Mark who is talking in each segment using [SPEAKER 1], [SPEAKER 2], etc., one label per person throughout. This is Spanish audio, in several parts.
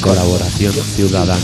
[SPEAKER 1] Colaboración ciudadana.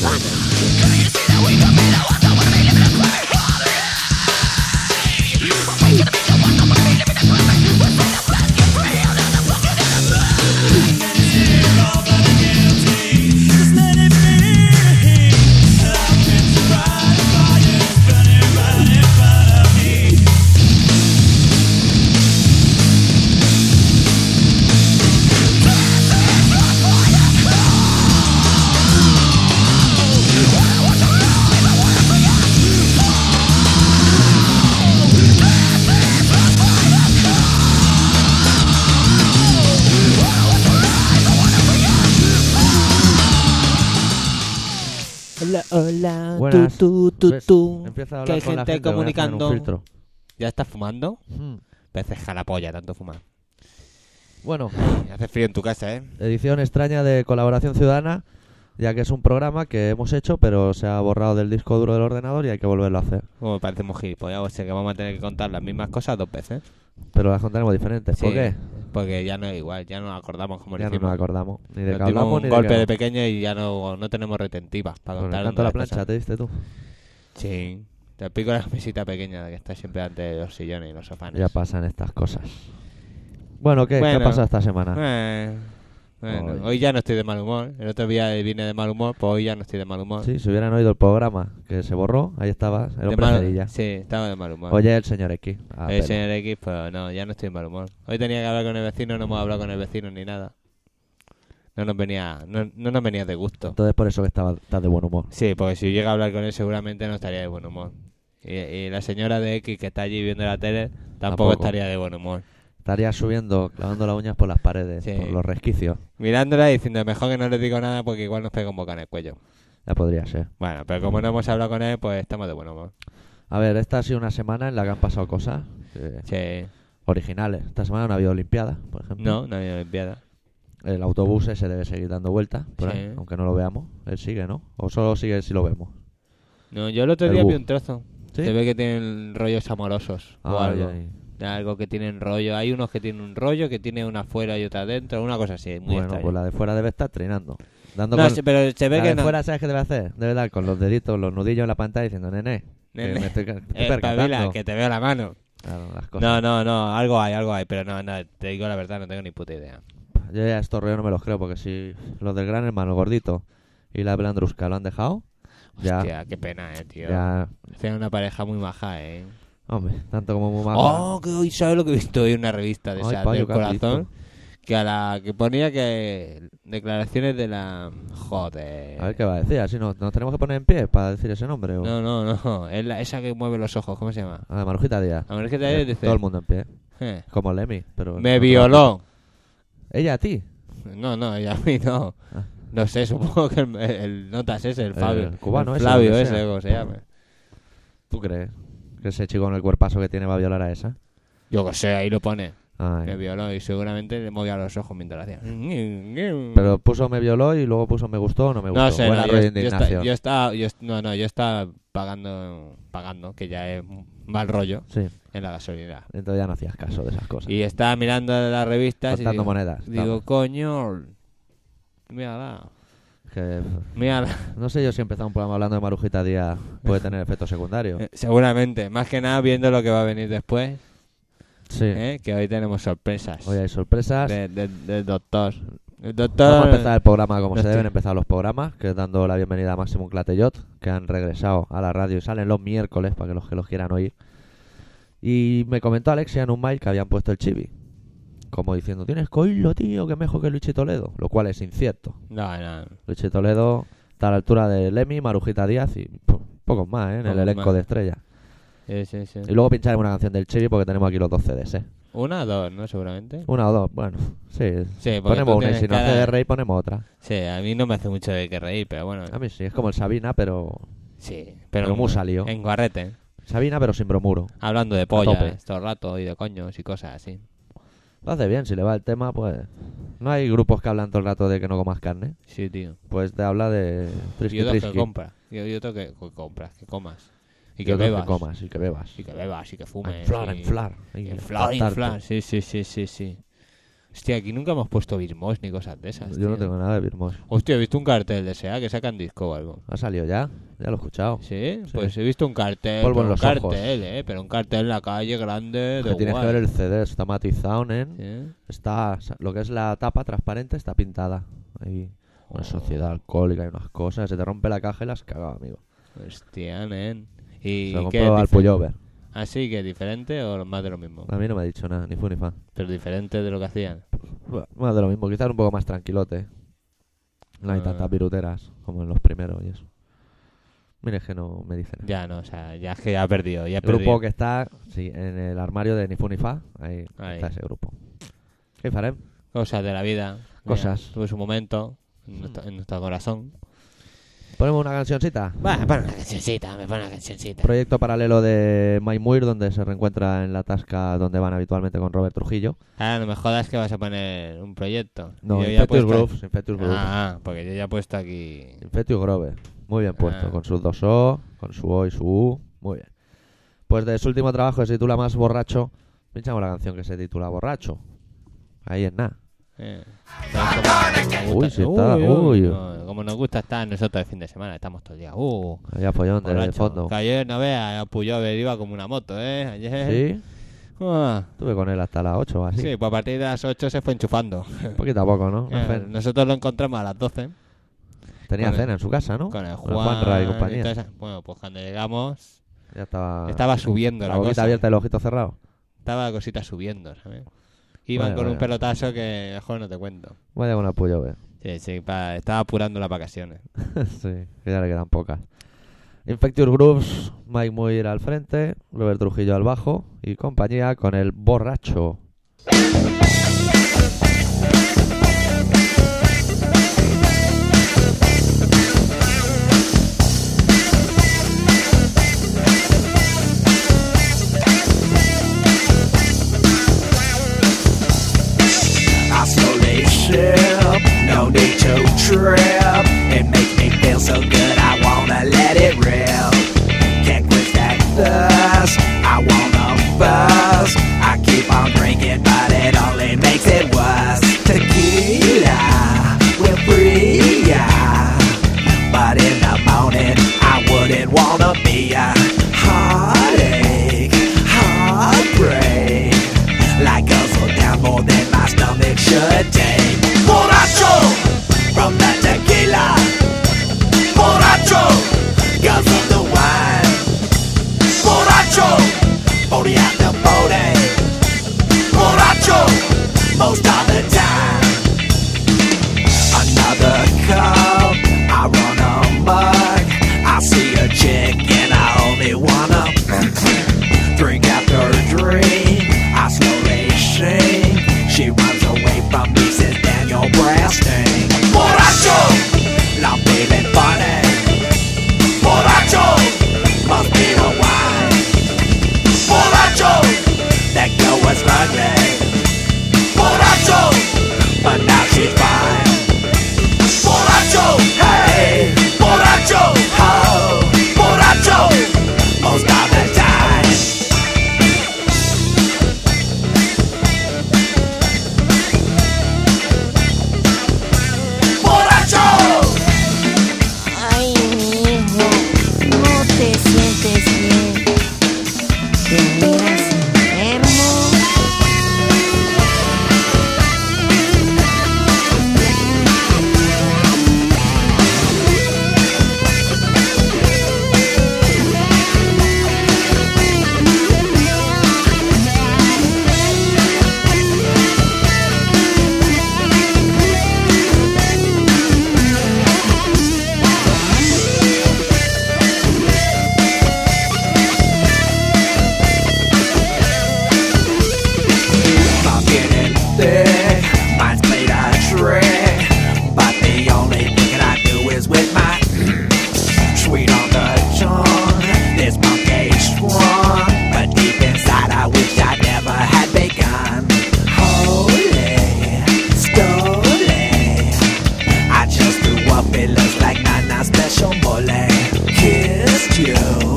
[SPEAKER 2] Hola, hola.
[SPEAKER 3] Buenas.
[SPEAKER 2] Tú, tú, tú,
[SPEAKER 3] ¿Ves?
[SPEAKER 2] tú.
[SPEAKER 3] Empieza a hablar
[SPEAKER 2] Que hay
[SPEAKER 3] con la
[SPEAKER 2] gente
[SPEAKER 3] gente, voy a hacer un
[SPEAKER 2] comunicando.
[SPEAKER 3] filtro.
[SPEAKER 2] ¿Ya estás fumando?
[SPEAKER 3] Hmm.
[SPEAKER 2] Parece jalapolla tanto fumar.
[SPEAKER 3] Bueno,
[SPEAKER 2] Hace frío en tu casa, ¿eh?
[SPEAKER 3] edición extraña de Colaboración Ciudadana, ya que es un programa que hemos hecho, pero se ha borrado del disco duro del ordenador y hay que volverlo a hacer.
[SPEAKER 2] Como me parece muy gilipollas, o sea que vamos a tener que contar las mismas cosas dos veces.
[SPEAKER 3] Pero las contaremos diferentes.
[SPEAKER 2] Sí,
[SPEAKER 3] ¿Por qué?
[SPEAKER 2] Porque ya no es igual, ya no nos acordamos como lo
[SPEAKER 3] Ya no
[SPEAKER 2] hicimos.
[SPEAKER 3] nos acordamos. Ni de
[SPEAKER 2] Nos
[SPEAKER 3] qué
[SPEAKER 2] dimos
[SPEAKER 3] hablamos
[SPEAKER 2] un
[SPEAKER 3] ni de qué
[SPEAKER 2] golpe
[SPEAKER 3] no.
[SPEAKER 2] de pequeño y ya no, no tenemos retentiva para
[SPEAKER 3] Con el
[SPEAKER 2] contar.
[SPEAKER 3] canto a la
[SPEAKER 2] las
[SPEAKER 3] plancha,
[SPEAKER 2] cosas.
[SPEAKER 3] te diste tú.
[SPEAKER 2] Sí. Te pico la mesita pequeña que está siempre antes de los sillones y los sofás.
[SPEAKER 3] Ya pasan estas cosas. Bueno, ¿qué, ¿Qué
[SPEAKER 2] Bueno.
[SPEAKER 3] ha pasado esta semana?
[SPEAKER 2] Eh, bueno,
[SPEAKER 3] Hoy.
[SPEAKER 2] hoy ya no estoy de mal humor. El otro día vine de mal humor, pues hoy ya no estoy de mal humor.
[SPEAKER 3] Sí, si hubieran oído el programa que se borró, ahí estaba, el
[SPEAKER 2] de
[SPEAKER 3] hombre
[SPEAKER 2] mal-
[SPEAKER 3] cerilla.
[SPEAKER 2] Sí, estaba de mal humor.
[SPEAKER 3] Oye, el señor X. Ah,
[SPEAKER 2] el
[SPEAKER 3] pero-
[SPEAKER 2] señor X, pues no, ya no estoy de mal humor. Hoy tenía que hablar con el vecino, no hemos hablado con el vecino ni nada. No nos venía, no, no nos venía de gusto.
[SPEAKER 3] Entonces por eso que estaba, estás de buen humor.
[SPEAKER 2] Sí, porque si llega a hablar con él seguramente no estaría de buen humor. Y, y la señora de X que está allí viendo la tele tampoco,
[SPEAKER 3] Tampoco.
[SPEAKER 2] estaría de buen humor.
[SPEAKER 3] Estarías subiendo, clavando las uñas por las paredes,
[SPEAKER 2] Sí.
[SPEAKER 3] por los resquicios.
[SPEAKER 2] Mirándola y diciendo, mejor que no le digo nada porque igual nos pega un boca en el cuello.
[SPEAKER 3] Ya podría ser.
[SPEAKER 2] Bueno, pero como no hemos hablado con él, pues estamos de buen humor.
[SPEAKER 3] A ver, esta ha sido una semana en la que han pasado cosas eh,
[SPEAKER 2] Sí.
[SPEAKER 3] originales. Esta semana no ha habido Olimpiadas, por ejemplo.
[SPEAKER 2] No, no había Olimpiada.
[SPEAKER 3] El autobús ese debe seguir dando vueltas, por ahí,
[SPEAKER 2] Sí.
[SPEAKER 3] aunque no lo veamos. Él sigue, ¿no? O solo sigue si lo vemos.
[SPEAKER 2] No, yo el otro
[SPEAKER 3] El
[SPEAKER 2] día vi
[SPEAKER 3] bus.
[SPEAKER 2] un trozo.
[SPEAKER 3] ¿Sí?
[SPEAKER 2] Se ve que tienen rollos amorosos o
[SPEAKER 3] Ah,
[SPEAKER 2] algo.
[SPEAKER 3] ya, y-
[SPEAKER 2] Algo que tienen rollo. Hay unos que tienen un rollo, que tiene una afuera y otra adentro, una cosa así. Muy
[SPEAKER 3] Bueno,
[SPEAKER 2] extraño.
[SPEAKER 3] pues la de fuera debe estar trinando. Dando
[SPEAKER 2] No,
[SPEAKER 3] con-
[SPEAKER 2] sí, pero se ve
[SPEAKER 3] la
[SPEAKER 2] que
[SPEAKER 3] de
[SPEAKER 2] no.
[SPEAKER 3] fuera, ¿sabes qué debe hacer? Debe dar con los deditos, los nudillos en la pantalla diciendo, nene, que
[SPEAKER 2] Nene,
[SPEAKER 3] me estoy, ca- estoy
[SPEAKER 2] Espabila,
[SPEAKER 3] percatando".
[SPEAKER 2] Eh, que te veo la mano.
[SPEAKER 3] Claro, las cosas.
[SPEAKER 2] No, no, no, algo hay, algo hay, pero no, no, te digo la verdad, no tengo ni puta idea.
[SPEAKER 3] Yo ya estos rollos no me los creo, porque si los del gran hermano, el gordito y la Blandruska lo han dejado, Ya.
[SPEAKER 2] Hostia, qué pena, eh, tío.
[SPEAKER 3] ya...
[SPEAKER 2] Hacían una pareja muy maja, eh.
[SPEAKER 3] Hombre, tanto como muy mal.
[SPEAKER 2] Oh, que hoy sabes lo que he visto hoy en una revista de
[SPEAKER 3] Ay,
[SPEAKER 2] esa,
[SPEAKER 3] payo,
[SPEAKER 2] del
[SPEAKER 3] ¿qué has
[SPEAKER 2] corazón. Que a la que ponía que declaraciones de la joder.
[SPEAKER 3] A ver qué va a decir, así nos, nos tenemos que poner en pie para decir ese nombre. o-
[SPEAKER 2] No, no, no. Es la, esa que mueve los ojos, ¿cómo se llama?
[SPEAKER 3] A ver, Marujita Díaz.
[SPEAKER 2] A ver qué te
[SPEAKER 3] Eh,
[SPEAKER 2] dice.
[SPEAKER 3] Todo el mundo en pie.
[SPEAKER 2] Eh,
[SPEAKER 3] Como Lemmy, pero...
[SPEAKER 2] Me violó.
[SPEAKER 3] Ella a ti.
[SPEAKER 2] No, no, ella a mí no.
[SPEAKER 3] Ah.
[SPEAKER 2] No sé, supongo que el, el notas ese, el
[SPEAKER 3] El
[SPEAKER 2] Fabio.
[SPEAKER 3] cubano
[SPEAKER 2] el
[SPEAKER 3] ese,
[SPEAKER 2] Flavio
[SPEAKER 3] lo que
[SPEAKER 2] ese,
[SPEAKER 3] sea.
[SPEAKER 2] ¿cómo se llama?
[SPEAKER 3] ¿Tú crees que ese chico con el cuerpazo que tiene va a violar a esa?
[SPEAKER 2] Yo que sé, ahí lo pone.
[SPEAKER 3] Ay.
[SPEAKER 2] Me violó y seguramente le movía los ojos mientras lo hacía.
[SPEAKER 3] Pero puso me violó y luego puso me gustó o no me gustó.
[SPEAKER 2] No sé,
[SPEAKER 3] Buena
[SPEAKER 2] no,
[SPEAKER 3] rollo
[SPEAKER 2] yo, yo esta-
[SPEAKER 3] indignación.
[SPEAKER 2] yo estaba, yo est- no, no, yo estaba pagando, pagando, que ya es mal rollo,
[SPEAKER 3] Sí,
[SPEAKER 2] en la gasolina.
[SPEAKER 3] entonces ya no hacías caso de esas cosas.
[SPEAKER 2] Y estaba mirando las revistas y
[SPEAKER 3] Contando
[SPEAKER 2] digo,
[SPEAKER 3] monedas.
[SPEAKER 2] digo, coño, mírala,
[SPEAKER 3] estamos. Que,
[SPEAKER 2] mírala.
[SPEAKER 3] no sé yo si empezar un programa hablando de Marujita Díaz puede tener efectos secundarios.
[SPEAKER 2] Eh, Seguramente, más que nada viendo lo que va a venir después,
[SPEAKER 3] Sí.
[SPEAKER 2] ¿eh? que hoy tenemos sorpresas
[SPEAKER 3] Hoy hay sorpresas.
[SPEAKER 2] de- de- del doctor.
[SPEAKER 3] Vamos
[SPEAKER 2] El
[SPEAKER 3] a
[SPEAKER 2] doctor...
[SPEAKER 3] empezar el programa como
[SPEAKER 2] no
[SPEAKER 3] se
[SPEAKER 2] estoy-
[SPEAKER 3] deben empezar los programas, que es dando la bienvenida a Maximum Clatellot, que han regresado a la radio y salen los miércoles para que los que los quieran oír. Y me comentó Alexia en un mail que habían puesto el chibi. Como diciendo, tienes que oírlo, tío, que mejor que Luchi Toledo. Lo cual es incierto.
[SPEAKER 2] No, no,
[SPEAKER 3] Luchi Toledo está a la altura de Lemi, Marujita Díaz y puf, pocos más, ¿eh? En el
[SPEAKER 2] Pocos
[SPEAKER 3] elenco
[SPEAKER 2] más.
[SPEAKER 3] de estrellas.
[SPEAKER 2] Sí, sí, sí.
[SPEAKER 3] Y luego pincharemos una canción del Chibi porque tenemos aquí los dos CDs, ¿eh?
[SPEAKER 2] Una o dos, ¿no? Seguramente.
[SPEAKER 3] Una o dos, bueno, sí.
[SPEAKER 2] Sí, porque
[SPEAKER 3] Ponemos
[SPEAKER 2] tú
[SPEAKER 3] una y
[SPEAKER 2] tienes
[SPEAKER 3] si no
[SPEAKER 2] cara-
[SPEAKER 3] CD Rey ponemos otra.
[SPEAKER 2] Sí, a mí no me hace mucho de que reír, pero bueno.
[SPEAKER 3] A mí sí, es como el Sabina, pero...
[SPEAKER 2] Sí,
[SPEAKER 3] Ah, Pero
[SPEAKER 2] pero.
[SPEAKER 3] muy salió.
[SPEAKER 2] En guarrete.
[SPEAKER 3] Sabina, pero sin bromuro.
[SPEAKER 2] Hablando de polla,
[SPEAKER 3] tope.
[SPEAKER 2] eh, todo el rato, y de coños y cosas así.
[SPEAKER 3] Lo hace bien, si le va el tema, pues... No hay grupos que hablan todo el rato de que no comas carne.
[SPEAKER 2] Sí, tío.
[SPEAKER 3] Pues te habla de...
[SPEAKER 2] Y
[SPEAKER 3] Trisky,
[SPEAKER 2] otro que
[SPEAKER 3] trisky.
[SPEAKER 2] compra. Y, y otro que, que compras, que comas. Y que
[SPEAKER 3] otros
[SPEAKER 2] bebas.
[SPEAKER 3] comas y que bebas.
[SPEAKER 2] Y que bebas y que
[SPEAKER 3] A
[SPEAKER 2] fumes.
[SPEAKER 3] Inflar, a
[SPEAKER 2] y-
[SPEAKER 3] inflar. y
[SPEAKER 2] Inflar,
[SPEAKER 3] hartarte.
[SPEAKER 2] inflar. Sí, sí, sí, sí, sí. Hostia, aquí nunca hemos puesto Birmos ni cosas de esas.
[SPEAKER 3] Yo no
[SPEAKER 2] tío.
[SPEAKER 3] tengo nada de Birmos.
[SPEAKER 2] Hostia, he visto un cartel de SEA que sacan disco o algo.
[SPEAKER 3] ¿Ha salido ya? Ya lo he escuchado.
[SPEAKER 2] ¿Sí?
[SPEAKER 3] Sí.
[SPEAKER 2] Pues he visto un cartel.
[SPEAKER 3] Polvo
[SPEAKER 2] pero
[SPEAKER 3] en
[SPEAKER 2] un
[SPEAKER 3] los
[SPEAKER 2] cartel,
[SPEAKER 3] ojos.
[SPEAKER 2] ¿eh? Pero un cartel en la calle grande.
[SPEAKER 3] Que
[SPEAKER 2] de
[SPEAKER 3] tienes que
[SPEAKER 2] guay.
[SPEAKER 3] ver el CD, está matizado en...
[SPEAKER 2] ¿Sí?
[SPEAKER 3] Está... Lo que es la tapa transparente está pintada. Ahí... Una
[SPEAKER 2] Oh.
[SPEAKER 3] sociedad alcohólica y unas cosas. Se te rompe la caja y las cagas, amigo.
[SPEAKER 2] Hostia, nen. ¿Y
[SPEAKER 3] Se lo
[SPEAKER 2] qué?
[SPEAKER 3] compró al
[SPEAKER 2] dife-
[SPEAKER 3] Puyover.
[SPEAKER 2] ¿Así que diferente o más de lo mismo?
[SPEAKER 3] A mí no me ha dicho nada, ni fu ni fa.
[SPEAKER 2] Pero diferente de lo que hacían.
[SPEAKER 3] Bueno, Más de lo mismo, quizás un poco más tranquilote. No hay
[SPEAKER 2] Ah.
[SPEAKER 3] tantas viruteras como en los primeros y eso. Mira, es que no me dicen nada.
[SPEAKER 2] Ya no, o sea, ya es que ya ha perdido. Ya ha
[SPEAKER 3] El grupo
[SPEAKER 2] perdido.
[SPEAKER 3] que está sí, en el armario de ni fu ni fa, ahí,
[SPEAKER 2] Ahí.
[SPEAKER 3] está ese grupo. ¿Qué farem?
[SPEAKER 2] Cosas de la vida.
[SPEAKER 3] Cosas. Hmm.
[SPEAKER 2] Tuve su momento en nuestro, en nuestro corazón.
[SPEAKER 3] Ponemos una cancioncita.
[SPEAKER 2] Va, me pone una cancioncita, me pone una cancioncita.
[SPEAKER 3] Proyecto paralelo de Mike Muir, donde se reencuentra en la tasca donde van habitualmente con Robert Trujillo.
[SPEAKER 2] Ahora Ah, no me jodas que vas a poner un proyecto.
[SPEAKER 3] No,
[SPEAKER 2] Yo ya he
[SPEAKER 3] Infectious
[SPEAKER 2] puesto-
[SPEAKER 3] Groves. Infectious Groves.
[SPEAKER 2] Ah, porque yo ya he puesto aquí.
[SPEAKER 3] Infectious Grove, muy bien puesto,
[SPEAKER 2] Ah.
[SPEAKER 3] con sus dos O, con su O y su U, muy bien. Pues de su último trabajo que se titula Más Borracho, pinchamos la canción que se titula Borracho. Ahí es nada.
[SPEAKER 2] Eh. ¿Sabes cómo
[SPEAKER 3] Uy,
[SPEAKER 2] nos gusta-
[SPEAKER 3] sí está, uy.
[SPEAKER 2] No, Como nos gusta estar nosotros el fin de semana, estamos todo el día. Uh,
[SPEAKER 3] Allá follón desde el
[SPEAKER 2] borracho.
[SPEAKER 3] fondo.
[SPEAKER 2] Que ayer no veas, Puyover iba como una moto, ¿eh? Ayer.
[SPEAKER 3] Sí,
[SPEAKER 2] Ah,
[SPEAKER 3] estuve con él hasta las 8 o así.
[SPEAKER 2] sí, pues a partir de las 8 se fue enchufando.
[SPEAKER 3] Un poquito a poco, ¿no?
[SPEAKER 2] Eh, nosotros lo encontramos a las 12
[SPEAKER 3] Tenía
[SPEAKER 2] con el-
[SPEAKER 3] cena en su casa, ¿no?
[SPEAKER 2] con el Juan,
[SPEAKER 3] Con Juanra y
[SPEAKER 2] y
[SPEAKER 3] compañía.
[SPEAKER 2] toda esa- Bueno, pues cuando llegamos
[SPEAKER 3] Ya estaba,
[SPEAKER 2] estaba subiendo la,
[SPEAKER 3] la boquita
[SPEAKER 2] cosa.
[SPEAKER 3] abierta y el ojito cerrado.
[SPEAKER 2] Estaba la cosita subiendo, ¿sabes? Iban
[SPEAKER 3] Vaya,
[SPEAKER 2] con un
[SPEAKER 3] vaya.
[SPEAKER 2] pelotazo que mejor no te cuento.
[SPEAKER 3] Vaya con apoyo, ve.
[SPEAKER 2] Sí, sí, pa- estaba apurando las vacaciones.
[SPEAKER 3] sí, que ya le quedan pocas. Infectious Grooves, Mike Muir al frente, Robert Trujillo al bajo y compañía con el borracho.
[SPEAKER 4] Isolation, no need to trip. It makes me feel so good, I wanna let it rip. Can't quit that thirst, I wanna buzz. I keep on drinking, but it only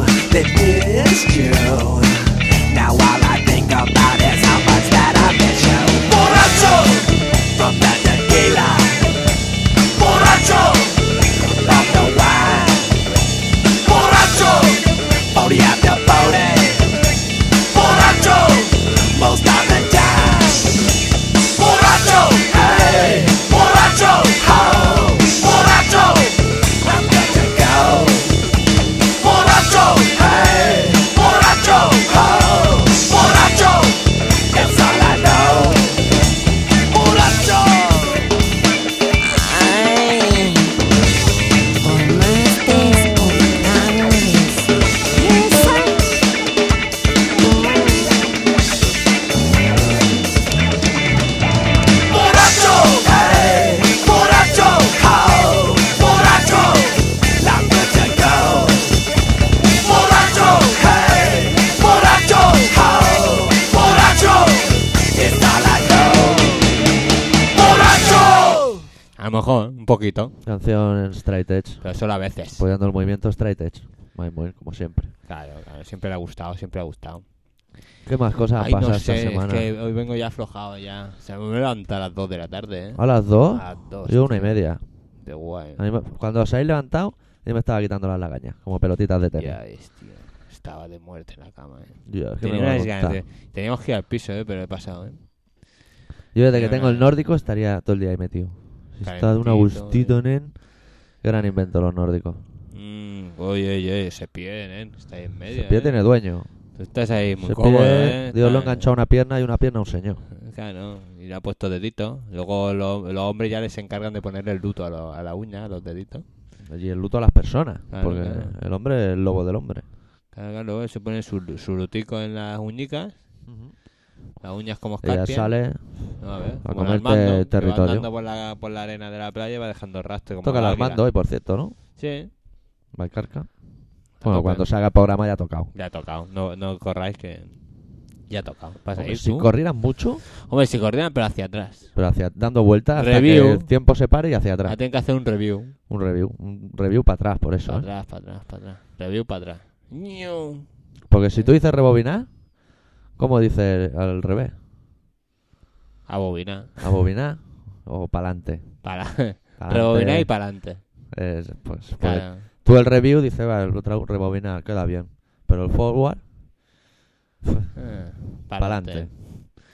[SPEAKER 4] is true. Now all I think about is how much that I miss you. Borracho from the tequila. Borracho from the wine. Borracho, body after body. Borracho, most of the time. Borracho, hey. Borracho, ho. Borracho, I'm good to go. Borracho, hey. Borracho, ho. Borracho, it's all I know. Borracho.
[SPEAKER 5] Ay, por más descomunales.
[SPEAKER 4] Borracho, hey, borracho, how, borracho, long to go. Borracho, hey, borracho, how, borracho, it's all I know. Borracho.
[SPEAKER 2] A lo mejor, un poquito.
[SPEAKER 3] Canción en Straight Edge.
[SPEAKER 2] Pero solo a veces.
[SPEAKER 3] Apoyando el movimiento Straight Edge. Muy, muy, como siempre.
[SPEAKER 2] Claro, claro, siempre le ha gustado, siempre le ha gustado.
[SPEAKER 3] ¿Qué más cosas han
[SPEAKER 2] Ay,
[SPEAKER 3] pasado
[SPEAKER 2] no
[SPEAKER 3] Ah, esta
[SPEAKER 2] sé, es
[SPEAKER 3] semana?
[SPEAKER 2] que hoy vengo ya aflojado ya. O sea, me levanto a las 2 de la tarde, ¿eh?
[SPEAKER 3] ¿A las dos?
[SPEAKER 2] A las 2.
[SPEAKER 3] ¿Ah, Yo una y media.
[SPEAKER 2] De guay.
[SPEAKER 3] A mí me- cuando os habéis levantado, yo me estaba quitando las lagañas, como pelotitas de tenis.
[SPEAKER 2] Ya ves, tío. Estaba de muerte en la cama, ¿eh?
[SPEAKER 3] Yo, es que me
[SPEAKER 2] Tenía
[SPEAKER 3] va a
[SPEAKER 2] unas ganas
[SPEAKER 3] costar.
[SPEAKER 2] de- Teníamos que ir al piso, ¿eh? Pero he pasado, ¿eh?
[SPEAKER 3] Yo desde
[SPEAKER 2] tenía
[SPEAKER 3] que tengo el
[SPEAKER 2] ganas.
[SPEAKER 3] nórdico estaría todo el día ahí metido. Si está de un
[SPEAKER 2] Calentito,
[SPEAKER 3] agustito,
[SPEAKER 2] eh.
[SPEAKER 3] nen. Gran invento los nórdicos.
[SPEAKER 2] Mm, oye, oye, ese pie, ¿eh? Está ahí en medio,
[SPEAKER 3] Ese pie
[SPEAKER 2] ¿eh?
[SPEAKER 3] tiene dueño.
[SPEAKER 2] Tú estás ahí muy
[SPEAKER 3] Ese
[SPEAKER 2] cómodo,
[SPEAKER 3] pie,
[SPEAKER 2] ¿eh?
[SPEAKER 3] Dios lo ha
[SPEAKER 2] Está-
[SPEAKER 3] enganchado a una pierna y una pierna a un señor.
[SPEAKER 2] Claro, y le ha puesto deditos. Luego lo- los hombres ya les encargan de ponerle el luto a, lo- a la uña, a los deditos.
[SPEAKER 3] Y el luto a las personas.
[SPEAKER 2] Claro,
[SPEAKER 3] porque
[SPEAKER 2] claro.
[SPEAKER 3] el hombre es el lobo del hombre.
[SPEAKER 2] Claro, claro, luego se pone su, su lutico en las uñicas, las uñas como
[SPEAKER 3] Ella
[SPEAKER 2] escarpias.
[SPEAKER 3] sale,
[SPEAKER 2] A ver,
[SPEAKER 3] a
[SPEAKER 2] como el
[SPEAKER 3] comerte
[SPEAKER 2] Armando, que va
[SPEAKER 3] territorio.
[SPEAKER 2] andando por la, por la arena de la playa y va dejando rastro. Como
[SPEAKER 3] toca el
[SPEAKER 2] el águila.
[SPEAKER 3] Armando hoy, por cierto, ¿no?
[SPEAKER 2] Sí,
[SPEAKER 3] Valcarca.
[SPEAKER 2] A
[SPEAKER 3] Bueno,
[SPEAKER 2] tope.
[SPEAKER 3] cuando salga el programa ya ha tocado.
[SPEAKER 2] ya ha tocado. No, no corráis que... Ya ha tocado. ¿Vas a
[SPEAKER 3] Hombre,
[SPEAKER 2] ir
[SPEAKER 3] si
[SPEAKER 2] tú?
[SPEAKER 3] corrieran mucho,
[SPEAKER 2] Hombre, si coordinan, pero hacia atrás.
[SPEAKER 3] pero hacia, dando vueltas hasta
[SPEAKER 2] Review.
[SPEAKER 3] que el tiempo se pare y hacia
[SPEAKER 2] Ya
[SPEAKER 3] atrás.
[SPEAKER 2] tienen que hacer un review.
[SPEAKER 3] Un review. Un review para atrás, por eso.
[SPEAKER 2] Para
[SPEAKER 3] ¿eh?
[SPEAKER 2] atrás, para atrás, para atrás. Review para atrás. Ñiu.
[SPEAKER 3] ¿eh? Porque si tú dices rebobinar, ¿cómo dices al revés?
[SPEAKER 2] A bobina.
[SPEAKER 3] ¿Abobinar o pa'lante?
[SPEAKER 2] Para...
[SPEAKER 3] Pa'lante,
[SPEAKER 2] Rebobinar y para adelante.
[SPEAKER 3] es- pues, pues,
[SPEAKER 2] Claro.
[SPEAKER 3] Tú el review dices, vale, el otro rebobinar, queda bien. Pero el forward,
[SPEAKER 2] Ah, pa'lante.
[SPEAKER 3] pa'lante.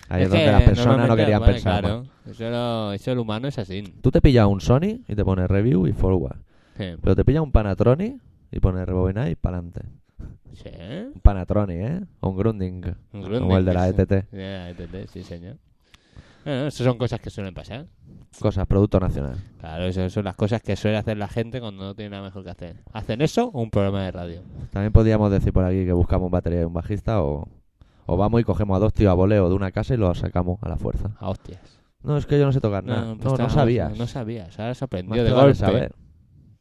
[SPEAKER 3] Ahí es,
[SPEAKER 2] que
[SPEAKER 3] donde las personas no
[SPEAKER 2] normalmente,
[SPEAKER 3] querían
[SPEAKER 2] vale,
[SPEAKER 3] pensar. más.
[SPEAKER 2] Claro, eso, lo- eso el humano es así.
[SPEAKER 3] Tú te pillas un Sony y te pone review y forward.
[SPEAKER 2] Sí.
[SPEAKER 3] Pero te pillas un Panatronic y pone rebobinar y pa'lante.
[SPEAKER 2] Sí.
[SPEAKER 3] Un Panatronic, ¿eh? O un Grunding.
[SPEAKER 2] Un
[SPEAKER 3] Como el
[SPEAKER 2] Grundig,
[SPEAKER 3] de la E
[SPEAKER 2] sí.
[SPEAKER 3] ETT.
[SPEAKER 2] De la ETT, sí, señor. Bueno, esas son cosas que suelen pasar.
[SPEAKER 3] Cosas, producto nacional.
[SPEAKER 2] Claro, esas son las cosas que suele hacer la gente cuando no tiene nada mejor que hacer. ¿Hacen eso o un programa de radio?
[SPEAKER 3] También podríamos decir por aquí que buscamos un batería y un bajista o, o vamos y cogemos a dos tíos a voleo de una casa y los sacamos a la fuerza.
[SPEAKER 2] A hostias.
[SPEAKER 3] No, es que yo no sé tocar nada. No,
[SPEAKER 2] pues
[SPEAKER 3] no
[SPEAKER 2] está-
[SPEAKER 3] sabías.
[SPEAKER 2] No sabías, ahora
[SPEAKER 3] Más
[SPEAKER 2] se aprendió
[SPEAKER 3] te
[SPEAKER 2] de
[SPEAKER 3] vale
[SPEAKER 2] golpe.
[SPEAKER 3] saber,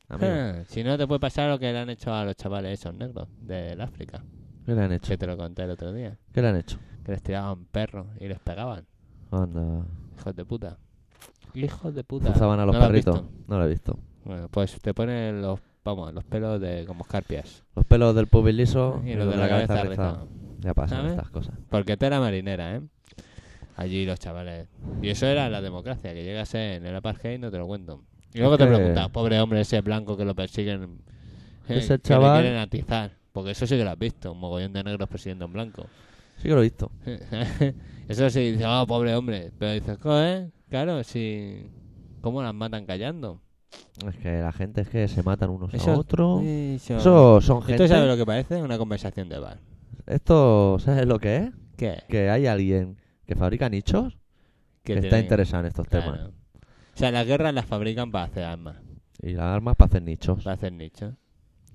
[SPEAKER 3] amigo.
[SPEAKER 2] Ah, si no, te puede pasar lo que le han hecho a los chavales esos negros del África.
[SPEAKER 3] ¿Qué le han hecho?
[SPEAKER 2] Que te lo conté el otro día.
[SPEAKER 3] ¿Qué le han hecho?
[SPEAKER 2] Que les tiraban perros y les pegaban.
[SPEAKER 3] Anda.
[SPEAKER 2] Hijos de puta. Hijos de puta.
[SPEAKER 3] Cruzaban a los
[SPEAKER 2] ¿No lo has
[SPEAKER 3] perritos.
[SPEAKER 2] visto?
[SPEAKER 3] no lo he visto.
[SPEAKER 2] Bueno, pues te ponen los, vamos, los pelos de como escarpias.
[SPEAKER 3] Los pelos del pubis liso
[SPEAKER 2] Y los de la cabeza rizada.
[SPEAKER 3] Ya pasan
[SPEAKER 2] ¿Sabes?
[SPEAKER 3] estas cosas.
[SPEAKER 2] Porque te era marinera, ¿eh? Allí los chavales. Y eso era la democracia, que llegas en el apartheid, no te lo cuento. Y luego
[SPEAKER 3] Es
[SPEAKER 2] te
[SPEAKER 3] que-
[SPEAKER 2] preguntas, pobre hombre ese blanco que lo persiguen. eh,
[SPEAKER 3] Ese
[SPEAKER 2] que le
[SPEAKER 3] chaval-
[SPEAKER 2] quieren atizar. Porque eso sí que lo has visto, un mogollón de negros persiguiendo a un blanco.
[SPEAKER 3] Sí que lo he visto.
[SPEAKER 2] Eso sí, dice, oh, pobre hombre. Pero dices, ¿eh? Claro, si. ¿Cómo las matan callando?
[SPEAKER 3] Es que la gente es que se matan unos
[SPEAKER 2] Eso-
[SPEAKER 3] a otros.
[SPEAKER 2] Eso.
[SPEAKER 3] Oh. Eso son gente.
[SPEAKER 2] ¿Esto sabe lo que parece? Una conversación de bar.
[SPEAKER 3] Esto, ¿sabes lo que es?
[SPEAKER 2] ¿Qué?
[SPEAKER 3] Que hay alguien que fabrica nichos que,
[SPEAKER 2] tiene
[SPEAKER 3] está
[SPEAKER 2] que-
[SPEAKER 3] interesado en estos
[SPEAKER 2] Claro.
[SPEAKER 3] temas.
[SPEAKER 2] O sea, las guerras las fabrican para hacer armas,
[SPEAKER 3] Y las armas para hacer nichos.
[SPEAKER 2] para hacer nichos.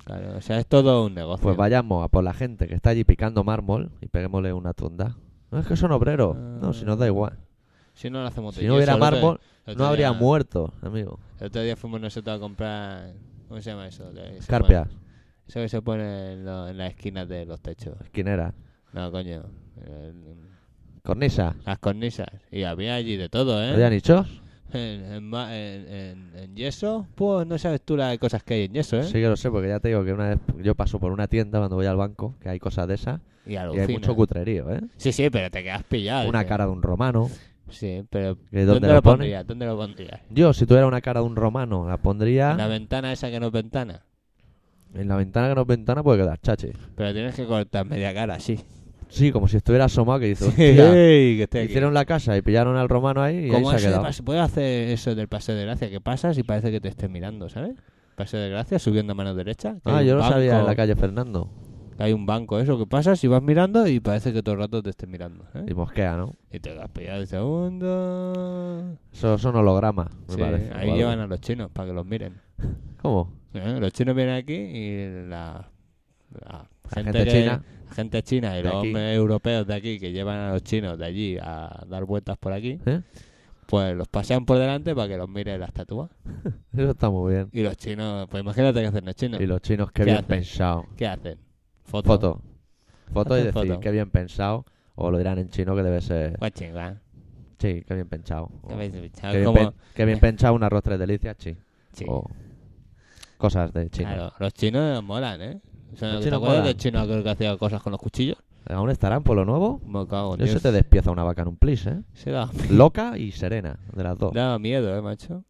[SPEAKER 2] Claro, o sea, es todo un negocio.
[SPEAKER 3] Pues vayamos a por la gente que está allí picando mármol y peguémosle una tunda. No es que son obreros. No, si nos da igual.
[SPEAKER 2] Si no lo hacemos
[SPEAKER 3] Si
[SPEAKER 2] todo.
[SPEAKER 3] no
[SPEAKER 2] Ah. Yo
[SPEAKER 3] hubiera
[SPEAKER 2] eso el otro-
[SPEAKER 3] mármol,
[SPEAKER 2] el otro
[SPEAKER 3] no habría
[SPEAKER 2] día-
[SPEAKER 3] muerto, amigo.
[SPEAKER 2] El otro día fuimos nosotros a comprar. ¿Cómo se llama eso? Que se
[SPEAKER 3] Carpias,
[SPEAKER 2] pone- Eso que se pone en, lo- en las esquinas de los techos.
[SPEAKER 3] esquineras,
[SPEAKER 2] No, coño. El-
[SPEAKER 3] cornisas.
[SPEAKER 2] Las cornisas. Y había allí de todo, ¿eh?
[SPEAKER 3] ¿Había nichos?
[SPEAKER 2] en, en ma- en- en- en yeso, pues no sabes tú las cosas que hay en yeso, ¿eh?
[SPEAKER 3] Sí que lo sé, porque ya te digo que una vez yo paso por una tienda cuando voy al banco, que hay cosas de esas,
[SPEAKER 2] Y
[SPEAKER 3] y hay
[SPEAKER 2] alucinas.
[SPEAKER 3] mucho cutrerío, ¿eh?
[SPEAKER 2] Sí, sí, pero te quedas pillado.
[SPEAKER 3] Una
[SPEAKER 2] dices.
[SPEAKER 3] cara de un romano.
[SPEAKER 2] Sí, pero
[SPEAKER 3] ¿Y dónde lo
[SPEAKER 2] lo
[SPEAKER 3] pone?
[SPEAKER 2] pondrías? ¿Dónde lo pondrías?
[SPEAKER 3] Yo, si tuviera una cara de un romano, la pondría
[SPEAKER 2] En la ventana esa que no es ventana.
[SPEAKER 3] en la ventana que no es ventana, puede quedar chachi.
[SPEAKER 2] Pero tienes que cortar media cara, sí.
[SPEAKER 3] Sí, como si estuviera asomado, que dice, hostia,
[SPEAKER 2] Ey, que estoy aquí.
[SPEAKER 3] hicieron la casa y pillaron al romano ahí y ahí
[SPEAKER 2] Como
[SPEAKER 3] se ha
[SPEAKER 2] eso de
[SPEAKER 3] quedado.
[SPEAKER 2] pas- puedes hacer eso del paseo de gracia, que pasas y parece que te estés mirando, ¿sabes? Paseo de gracia, subiendo a mano derecha. que
[SPEAKER 3] Ah,
[SPEAKER 2] hay un
[SPEAKER 3] yo lo sabía en
[SPEAKER 2] banco-
[SPEAKER 3] la calle Fernando.
[SPEAKER 2] que hay un banco, eso que pasas y vas mirando y parece que todo el rato te estés mirando. ¿eh?
[SPEAKER 3] Y mosquea, ¿no?
[SPEAKER 2] Y te has pillado el segundo.
[SPEAKER 3] Eso son hologramas, me
[SPEAKER 2] Sí,
[SPEAKER 3] parece. o
[SPEAKER 2] ahí
[SPEAKER 3] algo.
[SPEAKER 2] llevan a los chinos para que los miren.
[SPEAKER 3] ¿Cómo?
[SPEAKER 2] ¿eh? Los chinos vienen aquí y la, la
[SPEAKER 3] gente
[SPEAKER 2] que-
[SPEAKER 3] china.
[SPEAKER 2] la gente china y
[SPEAKER 3] De
[SPEAKER 2] los
[SPEAKER 3] aquí.
[SPEAKER 2] hombres europeos de aquí que llevan a los chinos de allí a dar vueltas por aquí,
[SPEAKER 3] ¿Eh?
[SPEAKER 2] pues los pasean por delante para que los mire la estatua.
[SPEAKER 3] Eso está muy bien.
[SPEAKER 2] Y los chinos, pues imagínate que hacen los chinos.
[SPEAKER 3] Y los chinos, qué,
[SPEAKER 2] ¿Qué
[SPEAKER 3] bien
[SPEAKER 2] hacen?
[SPEAKER 3] pensado.
[SPEAKER 2] ¿Qué hacen? Foto.
[SPEAKER 3] Foto. Foto y
[SPEAKER 2] Hacen
[SPEAKER 3] decir,
[SPEAKER 2] foto.
[SPEAKER 3] qué bien pensado. O lo dirán en chino que debe ser.
[SPEAKER 2] Guau, chingua.
[SPEAKER 3] Sí, qué bien pensado. O,
[SPEAKER 2] Pues ¿Qué habéis dicho?
[SPEAKER 3] Oh. qué, bien
[SPEAKER 2] Como-
[SPEAKER 3] pen- qué bien pensado un arroz tres delicias, sí.
[SPEAKER 2] Sí.
[SPEAKER 3] O cosas de chino.
[SPEAKER 2] Claro, los chinos molan, ¿eh? O sea,
[SPEAKER 3] Los
[SPEAKER 2] ¿Te
[SPEAKER 3] chinos
[SPEAKER 2] acuerdas
[SPEAKER 3] molan.
[SPEAKER 2] del chino aquel que hacía cosas con los cuchillos?
[SPEAKER 3] ¿Aún estarán por lo nuevo?
[SPEAKER 2] Me cago en
[SPEAKER 3] Yo se
[SPEAKER 2] Dios.
[SPEAKER 3] te despieza una vaca en un plis, ¿eh?
[SPEAKER 2] Se da-
[SPEAKER 3] Loca y serena, de las dos.
[SPEAKER 2] daba miedo, ¿eh, macho?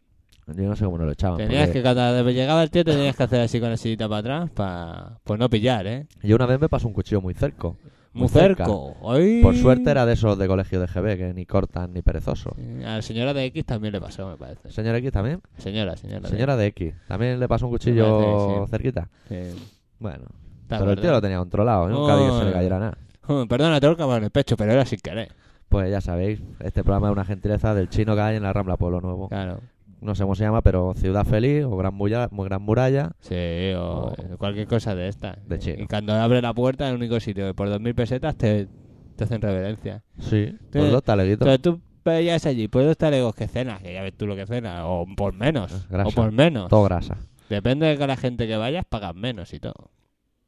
[SPEAKER 3] Yo no sé cómo no lo echaban.
[SPEAKER 2] Tenías
[SPEAKER 3] porque
[SPEAKER 2] que, cada vez llegaba el tío, tenías que hacer así con la sillita para atrás para pues no pillar, ¿eh?
[SPEAKER 3] Yo una vez me pasó un cuchillo muy cerco.
[SPEAKER 2] Muy
[SPEAKER 3] cerca.
[SPEAKER 2] cerco. Ay.
[SPEAKER 3] Por suerte era de esos de colegio de GB, que ni cortan ni perezosos.
[SPEAKER 2] Eh, A la señora de X también le pasó, me parece.
[SPEAKER 3] Señora X también.
[SPEAKER 2] Señora, señora. de
[SPEAKER 3] Señora de X. También le pasó un cuchillo
[SPEAKER 2] parece, sí.
[SPEAKER 3] cerquita.
[SPEAKER 2] X. Sí.
[SPEAKER 3] Bueno.
[SPEAKER 2] ¿Te
[SPEAKER 3] Pero el tío lo
[SPEAKER 2] acuerdas?
[SPEAKER 3] tenía controlado. ¿eh? Nunca vi que se le
[SPEAKER 2] Oh.
[SPEAKER 3] cayera nada.
[SPEAKER 2] Oh, Perdona, te lo he clavado en el pecho, pero era sin querer.
[SPEAKER 3] Pues ya sabéis, este programa es una gentileza del chino que hay en la Rambla Pueblo Nuevo.
[SPEAKER 2] Claro.
[SPEAKER 3] No sé cómo se llama, pero Ciudad Feliz o Gran, Mulla- Mu- Gran Muralla.
[SPEAKER 2] Sí, o
[SPEAKER 3] Oh.
[SPEAKER 2] cualquier cosa de esta.
[SPEAKER 3] De chino.
[SPEAKER 2] Y cuando abre la puerta, el único sitio que por 2.000 pesetas te, te hacen reverencia.
[SPEAKER 3] Sí.
[SPEAKER 2] Sí.
[SPEAKER 3] Por Pues dos taleguitos.
[SPEAKER 2] Entonces tú veías allí por dos talegos que cenas, que ya ves tú lo que cenas, o por menos,
[SPEAKER 3] Grasa.
[SPEAKER 2] o por menos.
[SPEAKER 3] Todo grasa.
[SPEAKER 2] Depende de que la gente que vayas pagas menos y todo.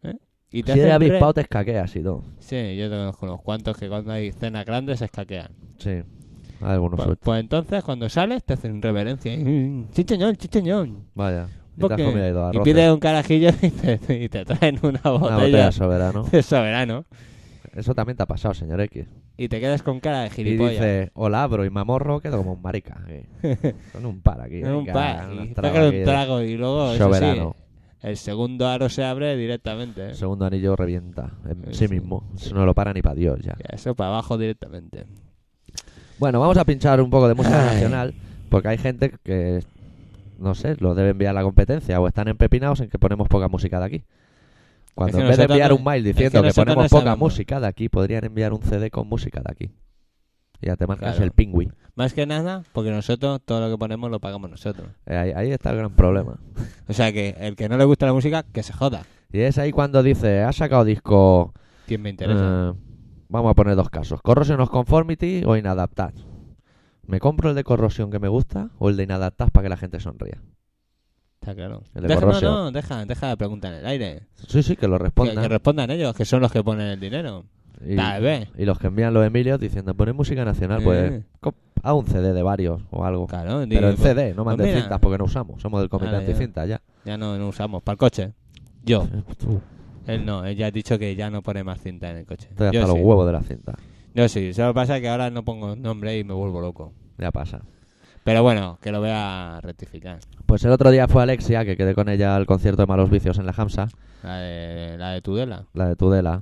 [SPEAKER 2] ¿Eh? Y
[SPEAKER 3] Si eres
[SPEAKER 2] hacen re-
[SPEAKER 3] avispado te escaqueas y todo.
[SPEAKER 2] Sí, yo conozco unos cuantos que cuando hay cenas grandes se escaquean.
[SPEAKER 3] Sí. Algunos
[SPEAKER 2] Pues,
[SPEAKER 3] sueltos.
[SPEAKER 2] pues entonces cuando sales te hacen reverencia. ¿eh? "Mm, y, Chicheñón, chicheñón.
[SPEAKER 3] Vaya. Y te has
[SPEAKER 2] Porque-
[SPEAKER 3] comido ahí dos
[SPEAKER 2] Y
[SPEAKER 3] arroces.
[SPEAKER 2] pides un carajillo y te, y te traen una
[SPEAKER 3] ¿eh? Una botella
[SPEAKER 2] botella,
[SPEAKER 3] de soberano.
[SPEAKER 2] de soberano.
[SPEAKER 3] Eso también te ha pasado, señor X.
[SPEAKER 2] Y te quedas con cara de
[SPEAKER 3] Y
[SPEAKER 2] gilipollas.
[SPEAKER 3] dice, hola, abro y mamorro, quedo como un marica. aquí. Con un par aquí.
[SPEAKER 2] En un
[SPEAKER 3] venga,
[SPEAKER 2] par.
[SPEAKER 3] unos
[SPEAKER 2] Y
[SPEAKER 3] tragos
[SPEAKER 2] sacan
[SPEAKER 3] aquí de-
[SPEAKER 2] un trago y luego, eso sí,
[SPEAKER 3] Soberano.
[SPEAKER 2] el segundo aro se abre directamente. ¿eh?
[SPEAKER 3] El segundo anillo revienta en
[SPEAKER 2] Sí,
[SPEAKER 3] sí
[SPEAKER 2] sí.
[SPEAKER 3] mismo. Eso no lo para ni para Dios ya.
[SPEAKER 2] Ya, Eso para abajo directamente.
[SPEAKER 3] Bueno, vamos a pinchar un poco de música
[SPEAKER 2] Ay.
[SPEAKER 3] nacional, porque hay gente que, no sé, lo debe enviar a la competencia o están empepinados en que ponemos poca música de aquí. Cuando
[SPEAKER 2] Es que
[SPEAKER 3] en vez de
[SPEAKER 2] nosotros
[SPEAKER 3] enviar
[SPEAKER 2] no-
[SPEAKER 3] un mail
[SPEAKER 2] es que
[SPEAKER 3] diciendo que,
[SPEAKER 2] nosotros
[SPEAKER 3] ponemos
[SPEAKER 2] no
[SPEAKER 3] poca
[SPEAKER 2] sabemos.
[SPEAKER 3] música de aquí, podrían enviar un CD con música de aquí. Y ya te marcas
[SPEAKER 2] Claro.
[SPEAKER 3] el pingüi.
[SPEAKER 2] Más que nada, porque nosotros todo lo que ponemos lo pagamos nosotros.
[SPEAKER 3] Eh, ahí, ahí está el gran problema.
[SPEAKER 2] O sea que el que no le gusta la música, que se joda.
[SPEAKER 3] Y es ahí cuando dice, has sacado disco...
[SPEAKER 2] ¿Quién me interesa?
[SPEAKER 3] eh, vamos a poner dos casos. Corrosion of Conformity o Inadaptad. ¿Me compro el de Corrosion que me gusta o el de Inadaptad para que la gente sonría?
[SPEAKER 2] Está claro.
[SPEAKER 3] el de
[SPEAKER 2] Deja- no,
[SPEAKER 3] Corrosio.
[SPEAKER 2] no, deja, deja la pregunta en el aire.
[SPEAKER 3] Sí, sí, que lo
[SPEAKER 2] Que,
[SPEAKER 3] respondan.
[SPEAKER 2] que respondan ellos, que son los que ponen el dinero.
[SPEAKER 3] Y-
[SPEAKER 2] Tal vez.
[SPEAKER 3] Y los que envían los Emilios diciendo, poner música nacional, pues
[SPEAKER 2] Eh.
[SPEAKER 3] co- a un CD de varios o algo.
[SPEAKER 2] Claro,
[SPEAKER 3] Pero
[SPEAKER 2] digo,
[SPEAKER 3] en CD, no
[SPEAKER 2] pues
[SPEAKER 3] manden
[SPEAKER 2] mira.
[SPEAKER 3] cintas porque no usamos. Somos del comité
[SPEAKER 2] Ahora ya.
[SPEAKER 3] anticinta ya.
[SPEAKER 2] Ya no, no usamos. Para el coche. Yo.
[SPEAKER 3] Tú,
[SPEAKER 2] Él no, él ya ha dicho que ya no pone más cinta en el coche.
[SPEAKER 3] Estoy hasta
[SPEAKER 2] yo,
[SPEAKER 3] los
[SPEAKER 2] sí.
[SPEAKER 3] huevos de la cinta.
[SPEAKER 2] yo sí, solo pasa que ahora no pongo nombre y me vuelvo loco.
[SPEAKER 3] Ya pasa.
[SPEAKER 2] Pero bueno, que lo voy a rectificar.
[SPEAKER 3] Pues el otro día fue Alexia, que quedé con ella al concierto de Malos Vicios en la Hamsa,
[SPEAKER 2] La de, la de Tudela.
[SPEAKER 3] la de Tudela.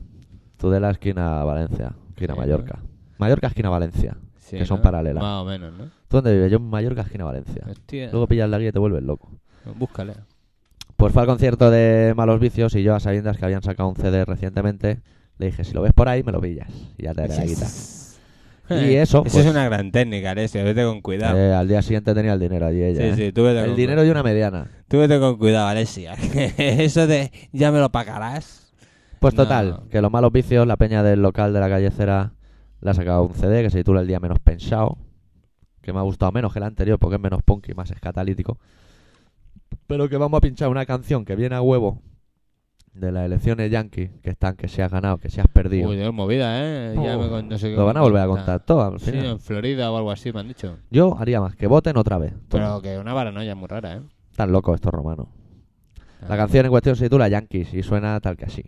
[SPEAKER 3] Tudela esquina Valencia, esquina
[SPEAKER 2] Sí,
[SPEAKER 3] Mallorca. Mallorca esquina Valencia,
[SPEAKER 2] Sí,
[SPEAKER 3] que son
[SPEAKER 2] ¿no?
[SPEAKER 3] paralelas.
[SPEAKER 2] Más o menos, ¿no?
[SPEAKER 3] ¿Tú dónde vives? Yo en Mallorca esquina Valencia.
[SPEAKER 2] Hostia.
[SPEAKER 3] Luego pillas la guía y te vuelves loco.
[SPEAKER 2] Búscale.
[SPEAKER 3] Pues fue al concierto de Malos Vicios y yo a sabiendas que habían sacado un CD recientemente, le dije, si lo ves por ahí, me lo pillas. Y ya te daré la guita. Y eso,
[SPEAKER 2] Eso
[SPEAKER 3] pues-
[SPEAKER 2] es una gran técnica, Alessio. Vete con cuidado.
[SPEAKER 3] Eh, al día siguiente tenía el dinero allí ella.
[SPEAKER 2] sí,
[SPEAKER 3] ¿eh?
[SPEAKER 2] sí, tú vete,
[SPEAKER 3] El
[SPEAKER 2] con,
[SPEAKER 3] dinero y una mediana.
[SPEAKER 2] tú vete con cuidado, Alessio. Eso de ya me lo pagarás.
[SPEAKER 3] Pues
[SPEAKER 2] No.
[SPEAKER 3] total, que los malos vicios, la peña del local de la callecera le ha sacado un CD que se titula El día menos pensado, que me ha gustado menos que el anterior porque es menos punk y más escatalítico. Pero que vamos a pinchar una canción que viene a huevo de las elecciones yankees que están, que si has ganado, que si has perdido.
[SPEAKER 2] Uy, Dios, movida, ¿eh? Ya me con- no sé qué
[SPEAKER 3] Lo van a volver a
[SPEAKER 2] contar.
[SPEAKER 3] contar todo al
[SPEAKER 2] Sí,
[SPEAKER 3] final.
[SPEAKER 2] en Florida o algo así me han dicho.
[SPEAKER 3] Yo haría más que voten otra vez. Todo.
[SPEAKER 2] Pero que una paranoia muy rara, ¿eh?
[SPEAKER 3] Están locos estos romanos. La canción en cuestión se titula Yankees y suena tal que así.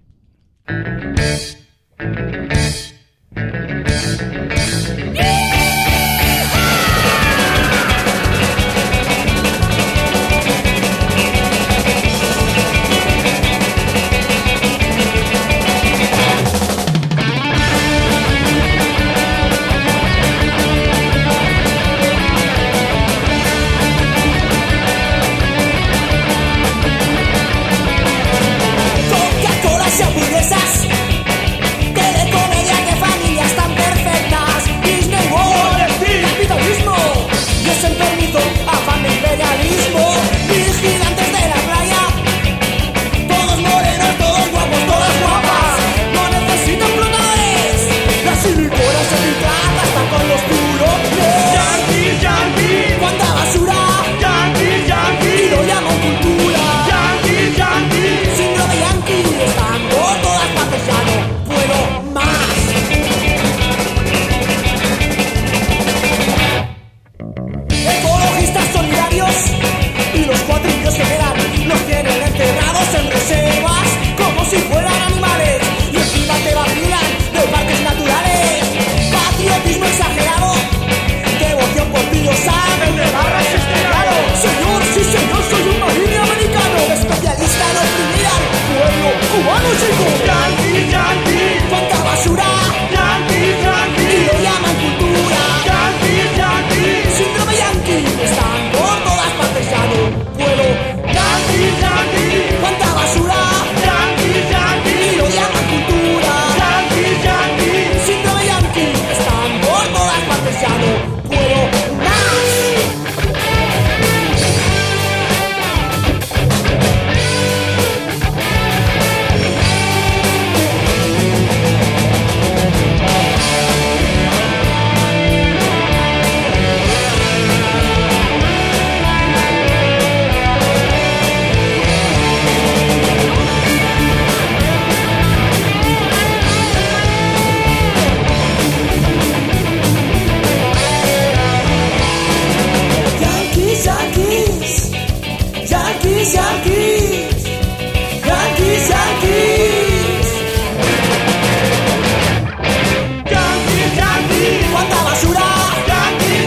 [SPEAKER 6] Coca-Cola y hamburguesas. Telecomedia de familias tan perfectas. Disney World, capitalismo. Dios en permiso, afán de imperialismo. Vigilantes de la playa. Todos morenos, todos guapos, todas guapas. No necesito flotadores. Las siliconas eficaces están con los tiburones.
[SPEAKER 7] Yankee, Yankee,
[SPEAKER 6] Cuánta basura.
[SPEAKER 7] Yankee,
[SPEAKER 6] Y lo
[SPEAKER 7] Yankee,
[SPEAKER 6] llaman cultura.
[SPEAKER 7] Yankee, Yankee.
[SPEAKER 6] Síndrome Yankee, estando todas partes ya no puedo más. Ecologistas solidarios y los cuatrillos que quedan los tienen enterrados en reservas como si fueran animales y encima te vacilan de parques naturales. Patriotismo exagerado, devoción por Dios, saben de barras estrenado. Señor, sí señor, soy un marine americano, especialista en oprimir al pueblo cubano, chico.
[SPEAKER 7] Yankee, Yankee,
[SPEAKER 6] Cuánta basura
[SPEAKER 7] Yankee,
[SPEAKER 6] y
[SPEAKER 7] Yankee,
[SPEAKER 6] lo llaman cultura.
[SPEAKER 7] Yankee, Yankee,
[SPEAKER 6] Síndrome Yankee está por todas partes, ya no puedo.
[SPEAKER 7] Yankee, Yankee,
[SPEAKER 6] Cuánta basura
[SPEAKER 7] Yankee,
[SPEAKER 6] y
[SPEAKER 7] Yankee,
[SPEAKER 6] lo llaman cultura.
[SPEAKER 7] Yankee, Yankee.
[SPEAKER 6] Síndrome Yankee está por todas partes, ya no puedo más. Yankees, Yankees, Yankees, Yankees, Yankees, Yankees.
[SPEAKER 7] Yankee, Yankee,
[SPEAKER 6] Cuánta basura
[SPEAKER 7] Yankee,
[SPEAKER 6] y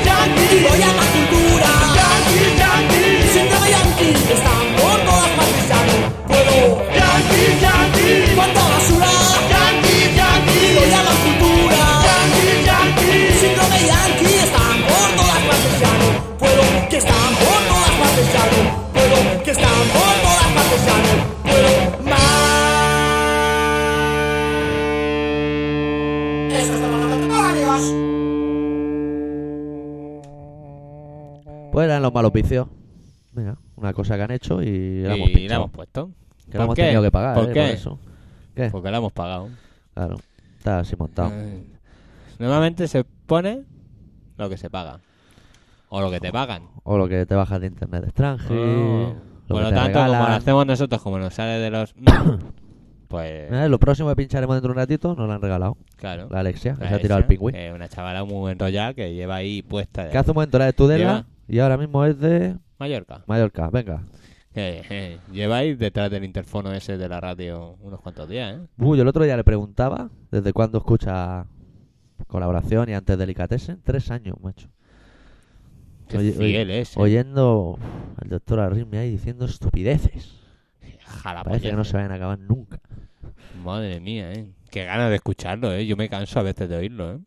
[SPEAKER 6] lo
[SPEAKER 7] Yankee,
[SPEAKER 6] llaman cultura.
[SPEAKER 7] Yankee, Yankee,
[SPEAKER 6] Síndrome Yankee está por todas partes, ya no puedo.
[SPEAKER 7] Yankee, Yankee,
[SPEAKER 6] Cuánta basura.
[SPEAKER 7] Yankee,
[SPEAKER 6] Y lo
[SPEAKER 7] Yankee,
[SPEAKER 6] llaman cultura.
[SPEAKER 7] Yankee, Yankee.
[SPEAKER 6] Síndrome Yankee están por todas partes, ya no puedo. Que están por todas partes, ya no puedo. Que están por todas partes, ya no puedo más. Eso es todo lo que tengo, amigos.
[SPEAKER 3] Pues eran los malos vicios. Venga, una cosa que han hecho y la hemos
[SPEAKER 2] Y la
[SPEAKER 3] pinchado.
[SPEAKER 2] hemos puesto.
[SPEAKER 3] que
[SPEAKER 2] ¿Por
[SPEAKER 3] la hemos
[SPEAKER 2] qué?
[SPEAKER 3] tenido que pagar,
[SPEAKER 2] ¿Por
[SPEAKER 3] eh,
[SPEAKER 2] qué?
[SPEAKER 3] eso. ¿Qué?
[SPEAKER 2] Porque la hemos pagado.
[SPEAKER 3] Claro, está así montado.
[SPEAKER 2] Eh, Normalmente se pone lo que se paga. O lo que te pagan.
[SPEAKER 3] O lo que te bajas de internet extranjero.
[SPEAKER 2] Ah. Oh.
[SPEAKER 3] lo
[SPEAKER 2] Por
[SPEAKER 3] que
[SPEAKER 2] lo
[SPEAKER 3] te
[SPEAKER 2] tanto,
[SPEAKER 3] regalan.
[SPEAKER 2] como lo hacemos nosotros, como nos sale de los... pues...
[SPEAKER 3] Mira, Eh, Lo próximo que pincharemos dentro de un ratito nos lo han regalado.
[SPEAKER 2] Claro.
[SPEAKER 3] La Alexia, que
[SPEAKER 2] La
[SPEAKER 3] se ha tirado
[SPEAKER 2] esa,
[SPEAKER 3] el pingüí.
[SPEAKER 2] eh, una chavala muy enrollada que lleva ahí puesta de
[SPEAKER 3] que hace un momento era de Tudela y ahora mismo es de
[SPEAKER 2] Mallorca.
[SPEAKER 3] Mallorca. Venga.
[SPEAKER 2] Eh, eh, lleváis detrás del interfono ese de la radio unos cuantos días, ¿eh?
[SPEAKER 3] Uy, yo el otro día le preguntaba desde cuándo escucha colaboración y antes Delicatessen. Tres años, macho.
[SPEAKER 2] Qué
[SPEAKER 3] Oye, oye,
[SPEAKER 2] fiel es. eh.
[SPEAKER 3] Oyendo uf, al doctor Arritmia ahí diciendo estupideces.
[SPEAKER 2] Jalapollez,
[SPEAKER 3] Ah, Parece que no se vayan a acabar nunca.
[SPEAKER 2] Madre mía, ¿eh? Qué ganas de escucharlo, ¿eh? Yo me canso a veces de oírlo, ¿eh?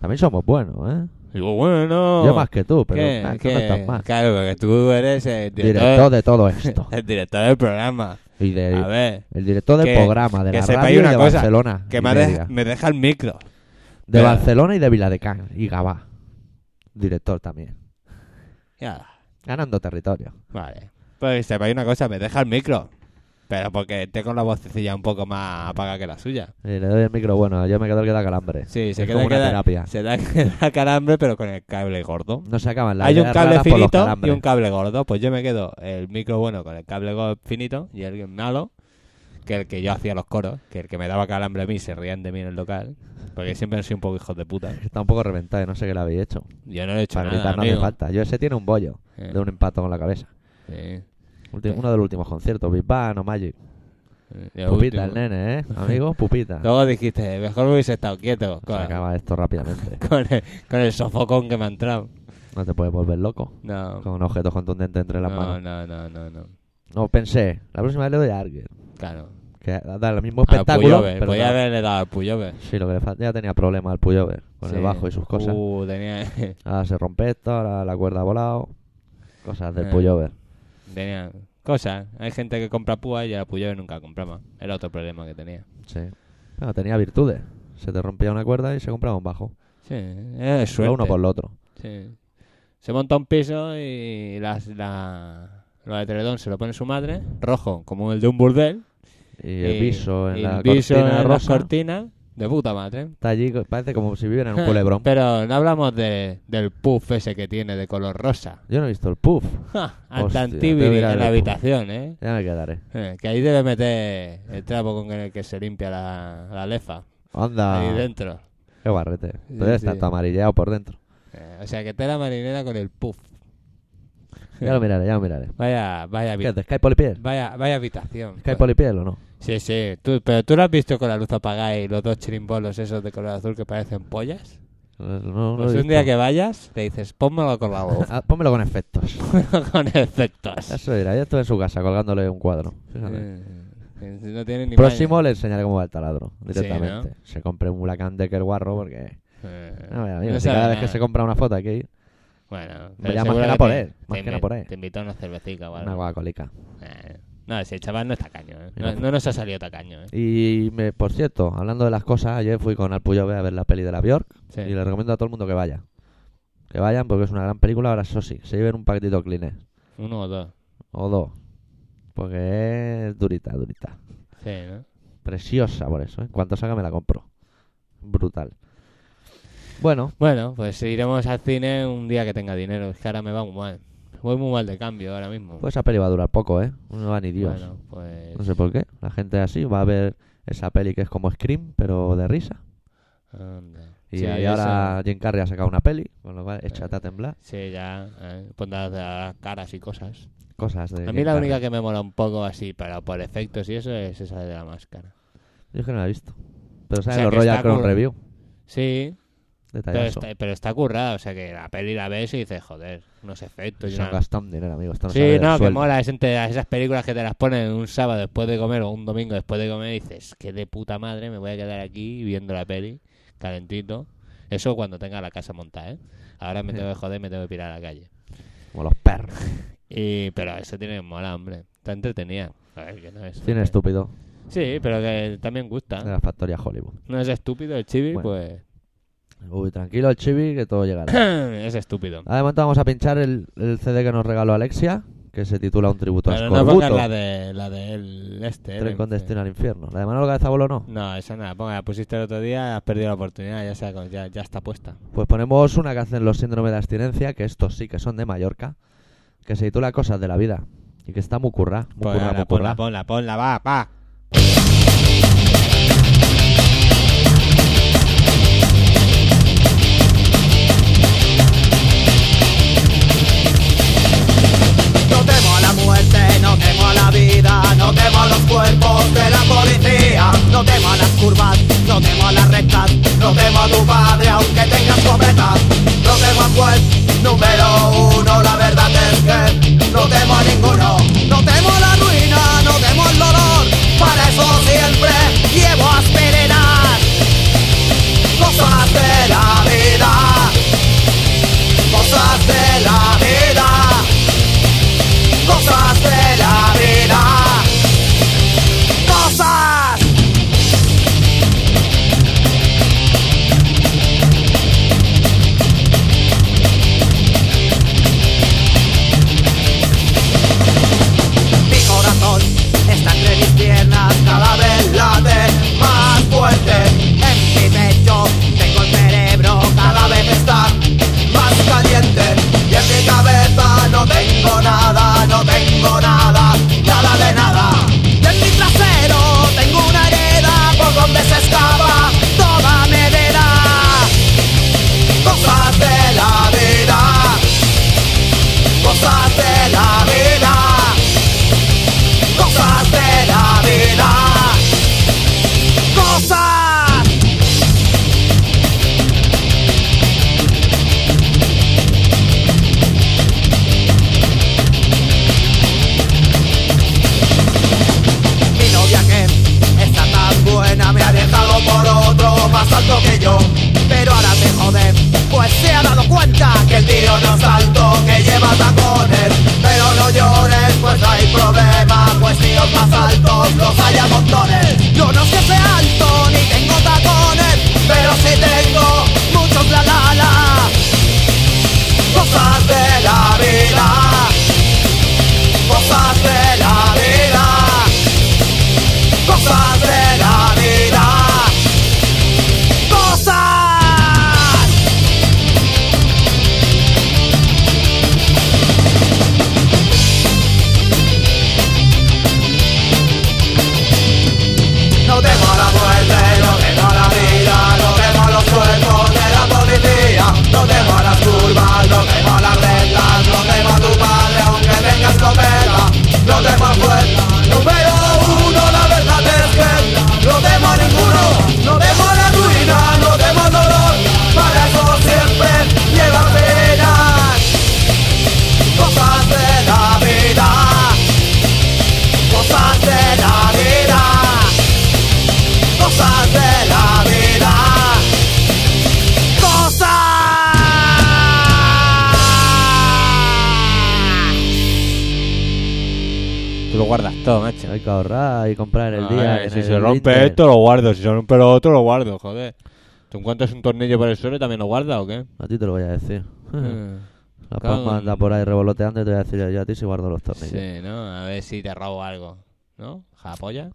[SPEAKER 3] También somos buenos, ¿eh?
[SPEAKER 2] Digo, bueno...
[SPEAKER 3] Yo más que tú, pero
[SPEAKER 2] ¿qué?
[SPEAKER 3] nah, tú
[SPEAKER 2] ¿Qué?
[SPEAKER 3] no estás más.
[SPEAKER 2] Claro, porque tú eres el
[SPEAKER 3] Director
[SPEAKER 2] director,
[SPEAKER 3] de todo esto.
[SPEAKER 2] el director del programa.
[SPEAKER 3] Y
[SPEAKER 2] A
[SPEAKER 3] de,
[SPEAKER 2] ver,
[SPEAKER 3] el director del
[SPEAKER 2] que-
[SPEAKER 3] programa de
[SPEAKER 2] que
[SPEAKER 3] la
[SPEAKER 2] sepáis
[SPEAKER 3] radio y
[SPEAKER 2] una
[SPEAKER 3] de
[SPEAKER 2] cosa,
[SPEAKER 3] Barcelona.
[SPEAKER 2] que
[SPEAKER 3] y
[SPEAKER 2] me, ha
[SPEAKER 3] media.
[SPEAKER 2] de- me deja el micro.
[SPEAKER 3] De
[SPEAKER 2] Pero-
[SPEAKER 3] Barcelona y de Viladecán y Gabá. Director también.
[SPEAKER 2] Ya,
[SPEAKER 3] Ganando territorio.
[SPEAKER 2] vale. Pues que sepáis una cosa, me deja el micro. Pero porque tengo la vocecilla un poco más apagada que la suya.
[SPEAKER 3] Eh, le doy el micro bueno, yo me quedo el que da calambre.
[SPEAKER 2] Sí, se
[SPEAKER 3] es
[SPEAKER 2] queda,
[SPEAKER 3] como una
[SPEAKER 2] queda-
[SPEAKER 3] terapia.
[SPEAKER 2] se da, queda calambre, pero con el cable gordo.
[SPEAKER 3] No se acaban las
[SPEAKER 2] Hay un
[SPEAKER 3] ideas
[SPEAKER 2] cable
[SPEAKER 3] raras por los
[SPEAKER 2] finito y
[SPEAKER 3] calambres.
[SPEAKER 2] un cable gordo. Pues yo me quedo el micro bueno con el cable go- finito y el malo que el que yo hacía los coros, que el que me daba calambre a mí se rían de mí en el local, porque siempre han sido un poco hijos de puta.
[SPEAKER 3] Está un poco reventado, no sé qué le habéis hecho.
[SPEAKER 2] Yo no le he hecho
[SPEAKER 3] Para
[SPEAKER 2] nada,
[SPEAKER 3] gritar no hace
[SPEAKER 2] amigo.
[SPEAKER 3] falta. Yo ese tiene un bollo
[SPEAKER 2] Eh,
[SPEAKER 3] de un empato con la cabeza.
[SPEAKER 2] sí. eh,
[SPEAKER 3] Ulti-
[SPEAKER 2] Sí.
[SPEAKER 3] Uno de los últimos conciertos, Big Bang o Magic.
[SPEAKER 2] Yo
[SPEAKER 3] Pupita
[SPEAKER 2] último.
[SPEAKER 3] el nene, ¿eh? Amigos, pupita.
[SPEAKER 2] Luego dijiste, mejor hubiese estado quieto
[SPEAKER 3] Se
[SPEAKER 2] con,
[SPEAKER 3] acaba esto rápidamente.
[SPEAKER 2] con el, con el sofocón que me ha entrado.
[SPEAKER 3] No te puedes volver loco.
[SPEAKER 2] No,
[SPEAKER 3] Con objetos contundentes entre las
[SPEAKER 2] no,
[SPEAKER 3] manos.
[SPEAKER 2] no, no, no, no.
[SPEAKER 3] No, pensé, la próxima vez le doy a alguien.
[SPEAKER 2] Claro.
[SPEAKER 3] Que da el mismo
[SPEAKER 2] Al
[SPEAKER 3] espectáculo.
[SPEAKER 2] Pullover,
[SPEAKER 3] pero
[SPEAKER 2] podía
[SPEAKER 3] da-
[SPEAKER 2] haberle dado al Pullover.
[SPEAKER 3] Sí, lo que le falta. Ya tenía problemas al Puyover con
[SPEAKER 2] Sí.
[SPEAKER 3] el bajo y sus cosas.
[SPEAKER 2] Uh, tenía,
[SPEAKER 3] Ahora se rompe esto, ahora la cuerda ha volado. Cosas del
[SPEAKER 2] Eh.
[SPEAKER 3] Puyover.
[SPEAKER 2] tenía cosas. Hay gente que compra púa y al Pullover nunca compraba. Era otro problema que tenía.
[SPEAKER 3] Sí. Bueno, tenía virtudes. Se te rompía una cuerda y se compraba un bajo.
[SPEAKER 2] Sí, es
[SPEAKER 3] Lo
[SPEAKER 2] suerte.
[SPEAKER 3] uno por lo otro.
[SPEAKER 2] Sí. Se monta un piso y las, la, lo de Teledón se lo pone su madre, rojo, como el de un burdel.
[SPEAKER 3] Y el
[SPEAKER 2] y-
[SPEAKER 3] viso en
[SPEAKER 2] y
[SPEAKER 3] la
[SPEAKER 2] el viso
[SPEAKER 3] cortina
[SPEAKER 2] en las
[SPEAKER 3] rosa.
[SPEAKER 2] cortinas, de puta madre.
[SPEAKER 3] Está allí, co- parece como si viviera en un culebrón.
[SPEAKER 2] Pero no hablamos de, del puff ese que tiene de color rosa.
[SPEAKER 3] Yo no he visto el puff.
[SPEAKER 2] Ja,
[SPEAKER 3] Hostia,
[SPEAKER 2] Hasta
[SPEAKER 3] tengo que
[SPEAKER 2] Antibiri
[SPEAKER 3] ir a
[SPEAKER 2] en la
[SPEAKER 3] ver.
[SPEAKER 2] habitación, ¿eh?
[SPEAKER 3] Ya me quedaré.
[SPEAKER 2] Eh, Que ahí debe meter el trapo con el que se limpia la, la lefa. Ahí
[SPEAKER 3] Anda.
[SPEAKER 2] dentro.
[SPEAKER 3] Qué barrete.
[SPEAKER 2] Sí,
[SPEAKER 3] Todavía está
[SPEAKER 2] sí.
[SPEAKER 3] todo amarillado por dentro.
[SPEAKER 2] Eh, o sea, que tela marinera con el puff.
[SPEAKER 3] Ya lo miraré, ya lo miraré.
[SPEAKER 2] Vaya, vaya, habi-
[SPEAKER 3] ¿Qué es de Sky Polipiel?
[SPEAKER 2] vaya, vaya habitación.
[SPEAKER 3] ¿Sky Polipiel o no?
[SPEAKER 2] Sí, sí. Tú- pero tú lo has visto con la luz apagada y los dos chirimbolos esos de color azul que parecen pollas.
[SPEAKER 3] No, no lo
[SPEAKER 2] Pues
[SPEAKER 3] he
[SPEAKER 2] un día
[SPEAKER 3] visto.
[SPEAKER 2] que vayas, te dices, pónmelo con la luz.
[SPEAKER 3] Ah, pónmelo con efectos.
[SPEAKER 2] con efectos.
[SPEAKER 3] Eso dirá, ya estuve en su casa colgándole un cuadro. Fíjate.
[SPEAKER 2] Eh, no tiene ni
[SPEAKER 3] Próximo le enseñaré cómo va el taladro directamente.
[SPEAKER 2] ¿no?
[SPEAKER 3] Se compre un Huracan Decker guarro porque.
[SPEAKER 2] maña. Eh,
[SPEAKER 3] No, mira, mira, Ah, si
[SPEAKER 2] sabe
[SPEAKER 3] cada vez
[SPEAKER 2] nada.
[SPEAKER 3] que se compra una foto aquí,
[SPEAKER 2] Bueno,
[SPEAKER 3] ya más
[SPEAKER 2] seguro
[SPEAKER 3] que nada por
[SPEAKER 2] te-
[SPEAKER 3] él, más
[SPEAKER 2] te
[SPEAKER 3] que nada
[SPEAKER 2] invi-
[SPEAKER 3] por él.
[SPEAKER 2] Te invito a una cervecita o algo.
[SPEAKER 3] una guacolica.
[SPEAKER 2] Eh, No, si el chaval no es tacaño, ¿eh?
[SPEAKER 3] Mira,
[SPEAKER 2] no, no nos ha salido tacaño. ¿eh?
[SPEAKER 3] Y me, por cierto, hablando de las cosas, ayer fui con Alpuyove a ver la peli de la Bjork
[SPEAKER 2] Sí.
[SPEAKER 3] y le recomiendo a todo el mundo que vaya. Que vayan porque es una gran película. Ahora, eso sí, se lleven un paquetito Kleenex
[SPEAKER 2] Uno o dos.
[SPEAKER 3] o dos. Porque es durita, durita.
[SPEAKER 2] Sí, ¿no?
[SPEAKER 3] Preciosa por eso. ¿eh? En cuanto salga me la compro. Brutal. Bueno,
[SPEAKER 2] Bueno, pues iremos al cine un día que tenga dinero. Es que ahora me va muy mal. Voy muy mal de cambio ahora mismo.
[SPEAKER 3] pues esa peli va a durar poco, ¿eh? No va ni Dios.
[SPEAKER 2] Bueno, pues.
[SPEAKER 3] No sé por qué. La gente así va a ver esa peli que es como Scream, pero de risa.
[SPEAKER 2] anda.
[SPEAKER 3] Y,
[SPEAKER 2] Sí,
[SPEAKER 3] ahí
[SPEAKER 2] eso.
[SPEAKER 3] ahora Jim Carrey ha sacado una peli, con lo cual échate a temblar.
[SPEAKER 2] Sí, ya. eh, pondrás de las caras y cosas.
[SPEAKER 3] Cosas de.
[SPEAKER 2] A mí
[SPEAKER 3] Jim
[SPEAKER 2] la
[SPEAKER 3] Carrey.
[SPEAKER 2] única que me mola un poco así, pero por efectos y eso, es esa de la máscara.
[SPEAKER 3] Yo es que no la he visto. Pero sabes,
[SPEAKER 2] sea,
[SPEAKER 3] los
[SPEAKER 2] que
[SPEAKER 3] Royal
[SPEAKER 2] está
[SPEAKER 3] Crown
[SPEAKER 2] cool.
[SPEAKER 3] Review.
[SPEAKER 2] Sí, pero
[SPEAKER 3] Detallazo.
[SPEAKER 2] está, pero está currada. O sea que la peli la ves y dices, joder, unos efectos. y
[SPEAKER 3] Se han
[SPEAKER 2] una-
[SPEAKER 3] gastado un dinero, amigo. Esto no
[SPEAKER 2] sí,
[SPEAKER 3] sale del
[SPEAKER 2] no, que
[SPEAKER 3] sueldo.
[SPEAKER 2] mola. Es entre esas películas que te las ponen un sábado después de comer o un domingo después de comer y dices, que de puta madre me voy a quedar aquí viendo la peli, calentito. Eso cuando tenga la casa montada, ¿eh? Ahora me tengo que joder, me tengo que pirar a la calle.
[SPEAKER 3] Como los perros.
[SPEAKER 2] Y, pero eso tiene que mola, hombre. Está entretenida. A ver, que no es.
[SPEAKER 3] Cine estúpido
[SPEAKER 2] Sí, pero que también
[SPEAKER 3] de
[SPEAKER 2] gusta.
[SPEAKER 3] la factoría Hollywood.
[SPEAKER 2] No es estúpido el chibi,
[SPEAKER 3] Bueno.
[SPEAKER 2] pues.
[SPEAKER 3] Uy, tranquilo, el chibi, que todo llegará.
[SPEAKER 2] es estúpido.
[SPEAKER 3] Además, vamos a pinchar el, el CD que nos regaló Alexia, que se titula Un tributo a
[SPEAKER 2] Pero no
[SPEAKER 3] Scorbuto.
[SPEAKER 2] pongas la de la del este.
[SPEAKER 3] Tren
[SPEAKER 2] el-
[SPEAKER 3] con destino al infierno. ¿La de Manolo Cabeza Bolo no?
[SPEAKER 2] No, esa nada, ponga, la pusiste el otro día, has perdido la oportunidad, ya, sea, con- ya, ya está puesta.
[SPEAKER 3] Pues ponemos una que hacen los síndromes de abstinencia, que estos sí que son de Mallorca, que se titula Cosas de la vida. Y que está muy currá, muy
[SPEAKER 2] Pues
[SPEAKER 3] currá,
[SPEAKER 2] ahora,
[SPEAKER 3] muy
[SPEAKER 2] ponla,
[SPEAKER 3] currá.
[SPEAKER 2] ponla, ponla, va, va.
[SPEAKER 4] No temo a la muerte, no temo a la vida, no temo a los cuerpos de la policía, no temo a las curvas, no temo a las rectas, no temo a tu padre aunque tengas escopeta, no temo al juez número uno, la verdad es que no temo a ninguno, no temo a la ruina, no temo al dolor, para eso siempre pues pues a montones. Yo no es que sea alto ni tengo tacones, pero sí tengo muchos la la la. Cosas de la vida, cosas de la vida, cosas de la vida, cosas. No temo la muerte, no temo la vida, no temo los cuerpos de la policía, no temo las curvas, no temo las reglas, no temo a tu padre aunque tenga escopeta, no temo a fuerza, número uno, la verdad es que no temo a ninguno, no temo la ruina, no temo el dolor, para eso siempre lleva penas, cosas de la vida, cosas de la vida cosas de la vida. Cosas.
[SPEAKER 2] Tú lo guardas todo, macho.
[SPEAKER 3] Hay que ahorrar y comprar en el
[SPEAKER 2] Ah,
[SPEAKER 3] día.
[SPEAKER 2] eh,
[SPEAKER 3] en
[SPEAKER 2] si
[SPEAKER 3] el
[SPEAKER 2] se rompe
[SPEAKER 3] Inter.
[SPEAKER 2] esto, lo guardo. Si se rompe lo otro, lo guardo, joder. ¿Tú encuentras un tornillo por el suelo y también lo guardas o qué?
[SPEAKER 3] A ti te lo voy a decir.
[SPEAKER 2] Eh,
[SPEAKER 3] La
[SPEAKER 2] Cago en-
[SPEAKER 3] palma anda por ahí revoloteando y te voy a decir yo, yo a ti si guardo los tornillos.
[SPEAKER 2] Sí, ¿no? A ver si te robo algo. ¿No? ¿Japoya?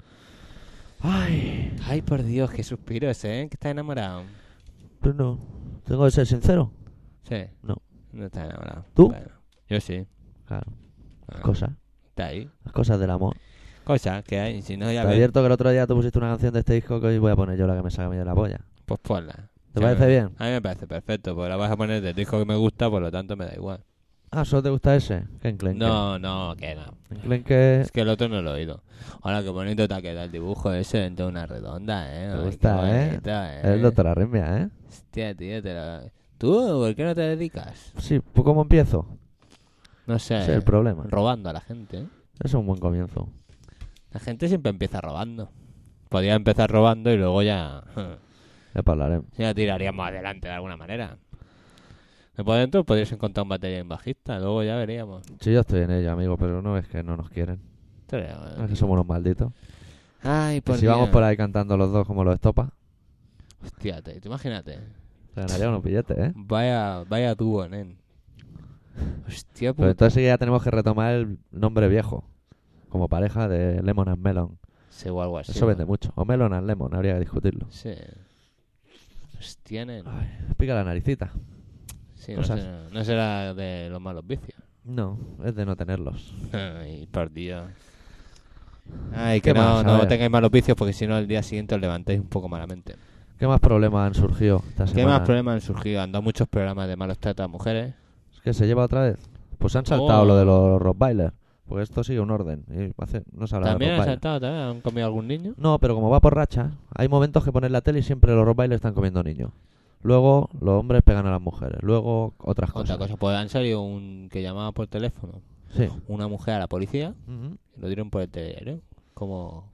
[SPEAKER 3] Ay,
[SPEAKER 2] Ay, por Dios, qué suspiro ese, ¿eh? Que está enamorado.
[SPEAKER 3] pues no. Tengo que ser sincero.
[SPEAKER 2] Sí.
[SPEAKER 3] No.
[SPEAKER 2] No está enamorado.
[SPEAKER 3] ¿Tú?
[SPEAKER 2] Bueno, yo sí.
[SPEAKER 3] Claro.
[SPEAKER 2] Ah,
[SPEAKER 3] Las cosas.
[SPEAKER 2] Está ahí.
[SPEAKER 3] Las cosas del amor.
[SPEAKER 2] Cosas que hay. Si no, ya
[SPEAKER 3] Te
[SPEAKER 2] ves.
[SPEAKER 3] advierto que el otro día tú pusiste una canción de este disco que hoy voy a poner yo la que me saca a mí de la polla.
[SPEAKER 2] Pues ponla.
[SPEAKER 3] ¿Te
[SPEAKER 2] Ya
[SPEAKER 3] parece
[SPEAKER 2] ves.
[SPEAKER 3] bien?
[SPEAKER 2] A mí me parece perfecto, porque la vas a poner del disco que me gusta, por lo tanto me da igual.
[SPEAKER 3] Ah, ¿solo te gusta ese? Que enclenque.
[SPEAKER 2] No, no, que no.
[SPEAKER 3] Enclenque.
[SPEAKER 2] Es que el otro no lo he oído. Ahora, qué bonito te ha quedado el dibujo ese dentro de una redonda, ¿eh?
[SPEAKER 3] Te
[SPEAKER 2] Ay, qué
[SPEAKER 3] gusta, ¿eh?
[SPEAKER 2] bonito,
[SPEAKER 3] Es el doctor Arritmia, ¿eh?
[SPEAKER 2] Hostia, tío, te lo... ¿Tú por qué no te dedicas?
[SPEAKER 3] Sí, ¿pues ¿cómo empiezo?
[SPEAKER 2] No sé.
[SPEAKER 3] Ese es el problema.
[SPEAKER 2] Robando a la gente, ¿eh?
[SPEAKER 3] Ese es un buen comienzo.
[SPEAKER 2] La gente siempre empieza robando. Podía empezar robando y luego ya...
[SPEAKER 3] Ya hablaré.
[SPEAKER 2] Ya tiraríamos adelante de alguna manera. Después dentro podrías encontrar un batería en bajista, luego ya veríamos.
[SPEAKER 3] Sí, yo estoy en ello, amigo, pero no es que no nos quieren.
[SPEAKER 2] Te lo digo,
[SPEAKER 3] Es
[SPEAKER 2] eh.
[SPEAKER 3] Ah, que somos unos malditos.
[SPEAKER 2] Ay,
[SPEAKER 3] Que
[SPEAKER 2] por
[SPEAKER 3] si vamos
[SPEAKER 2] Dios.
[SPEAKER 3] por ahí cantando los dos como los estopa,
[SPEAKER 2] Hostia, te- tú imagínate.
[SPEAKER 3] se ganaría unos billetes, ¿eh?
[SPEAKER 2] Vaya, vaya dúo, nen.
[SPEAKER 3] Pero
[SPEAKER 2] Hostia, puta.
[SPEAKER 3] Pues entonces sí que ya tenemos que retomar el nombre viejo. Como pareja de Lemon and Melon.
[SPEAKER 2] Sí, o algo así.
[SPEAKER 3] Eso
[SPEAKER 2] ¿no?
[SPEAKER 3] vende mucho. O Melon and Lemon, habría que discutirlo.
[SPEAKER 2] Sí. Hostia, nen.
[SPEAKER 3] Pica la naricita.
[SPEAKER 2] Sí, no,
[SPEAKER 3] Ah, Cosas.
[SPEAKER 2] será, no será de los malos vicios.
[SPEAKER 3] No, es de no tenerlos.
[SPEAKER 2] Ay, por Dios. Ay,
[SPEAKER 3] ¿Qué
[SPEAKER 2] que no,
[SPEAKER 3] más? A
[SPEAKER 2] no
[SPEAKER 3] ver.
[SPEAKER 2] tengáis malos vicios porque si no, al día siguiente os levantáis un poco malamente.
[SPEAKER 3] ¿Qué más problemas han surgido esta
[SPEAKER 2] ¿Qué
[SPEAKER 3] semana?
[SPEAKER 2] más problemas han surgido? Han dado muchos programas de malos tratos a mujeres.
[SPEAKER 3] ¿Es que se lleva otra vez? Pues han saltado
[SPEAKER 2] Oh.
[SPEAKER 3] lo de los Rottweilers. Porque esto sigue un orden. Y hace- no se habla de
[SPEAKER 2] ¿También han
[SPEAKER 3] Rottweiler.
[SPEAKER 2] saltado? ¿También han comido algún niño?
[SPEAKER 3] No, pero como va por racha, hay momentos que pones la tele y siempre los Rottweilers están comiendo niños. Luego los hombres pegan a las mujeres. Luego otras cosas.
[SPEAKER 2] Otra cosa, pues han salido un que llamaba por teléfono
[SPEAKER 3] Sí.
[SPEAKER 2] una mujer a la policía
[SPEAKER 3] Ujú.
[SPEAKER 2] Lo dieron por el telediario. Como.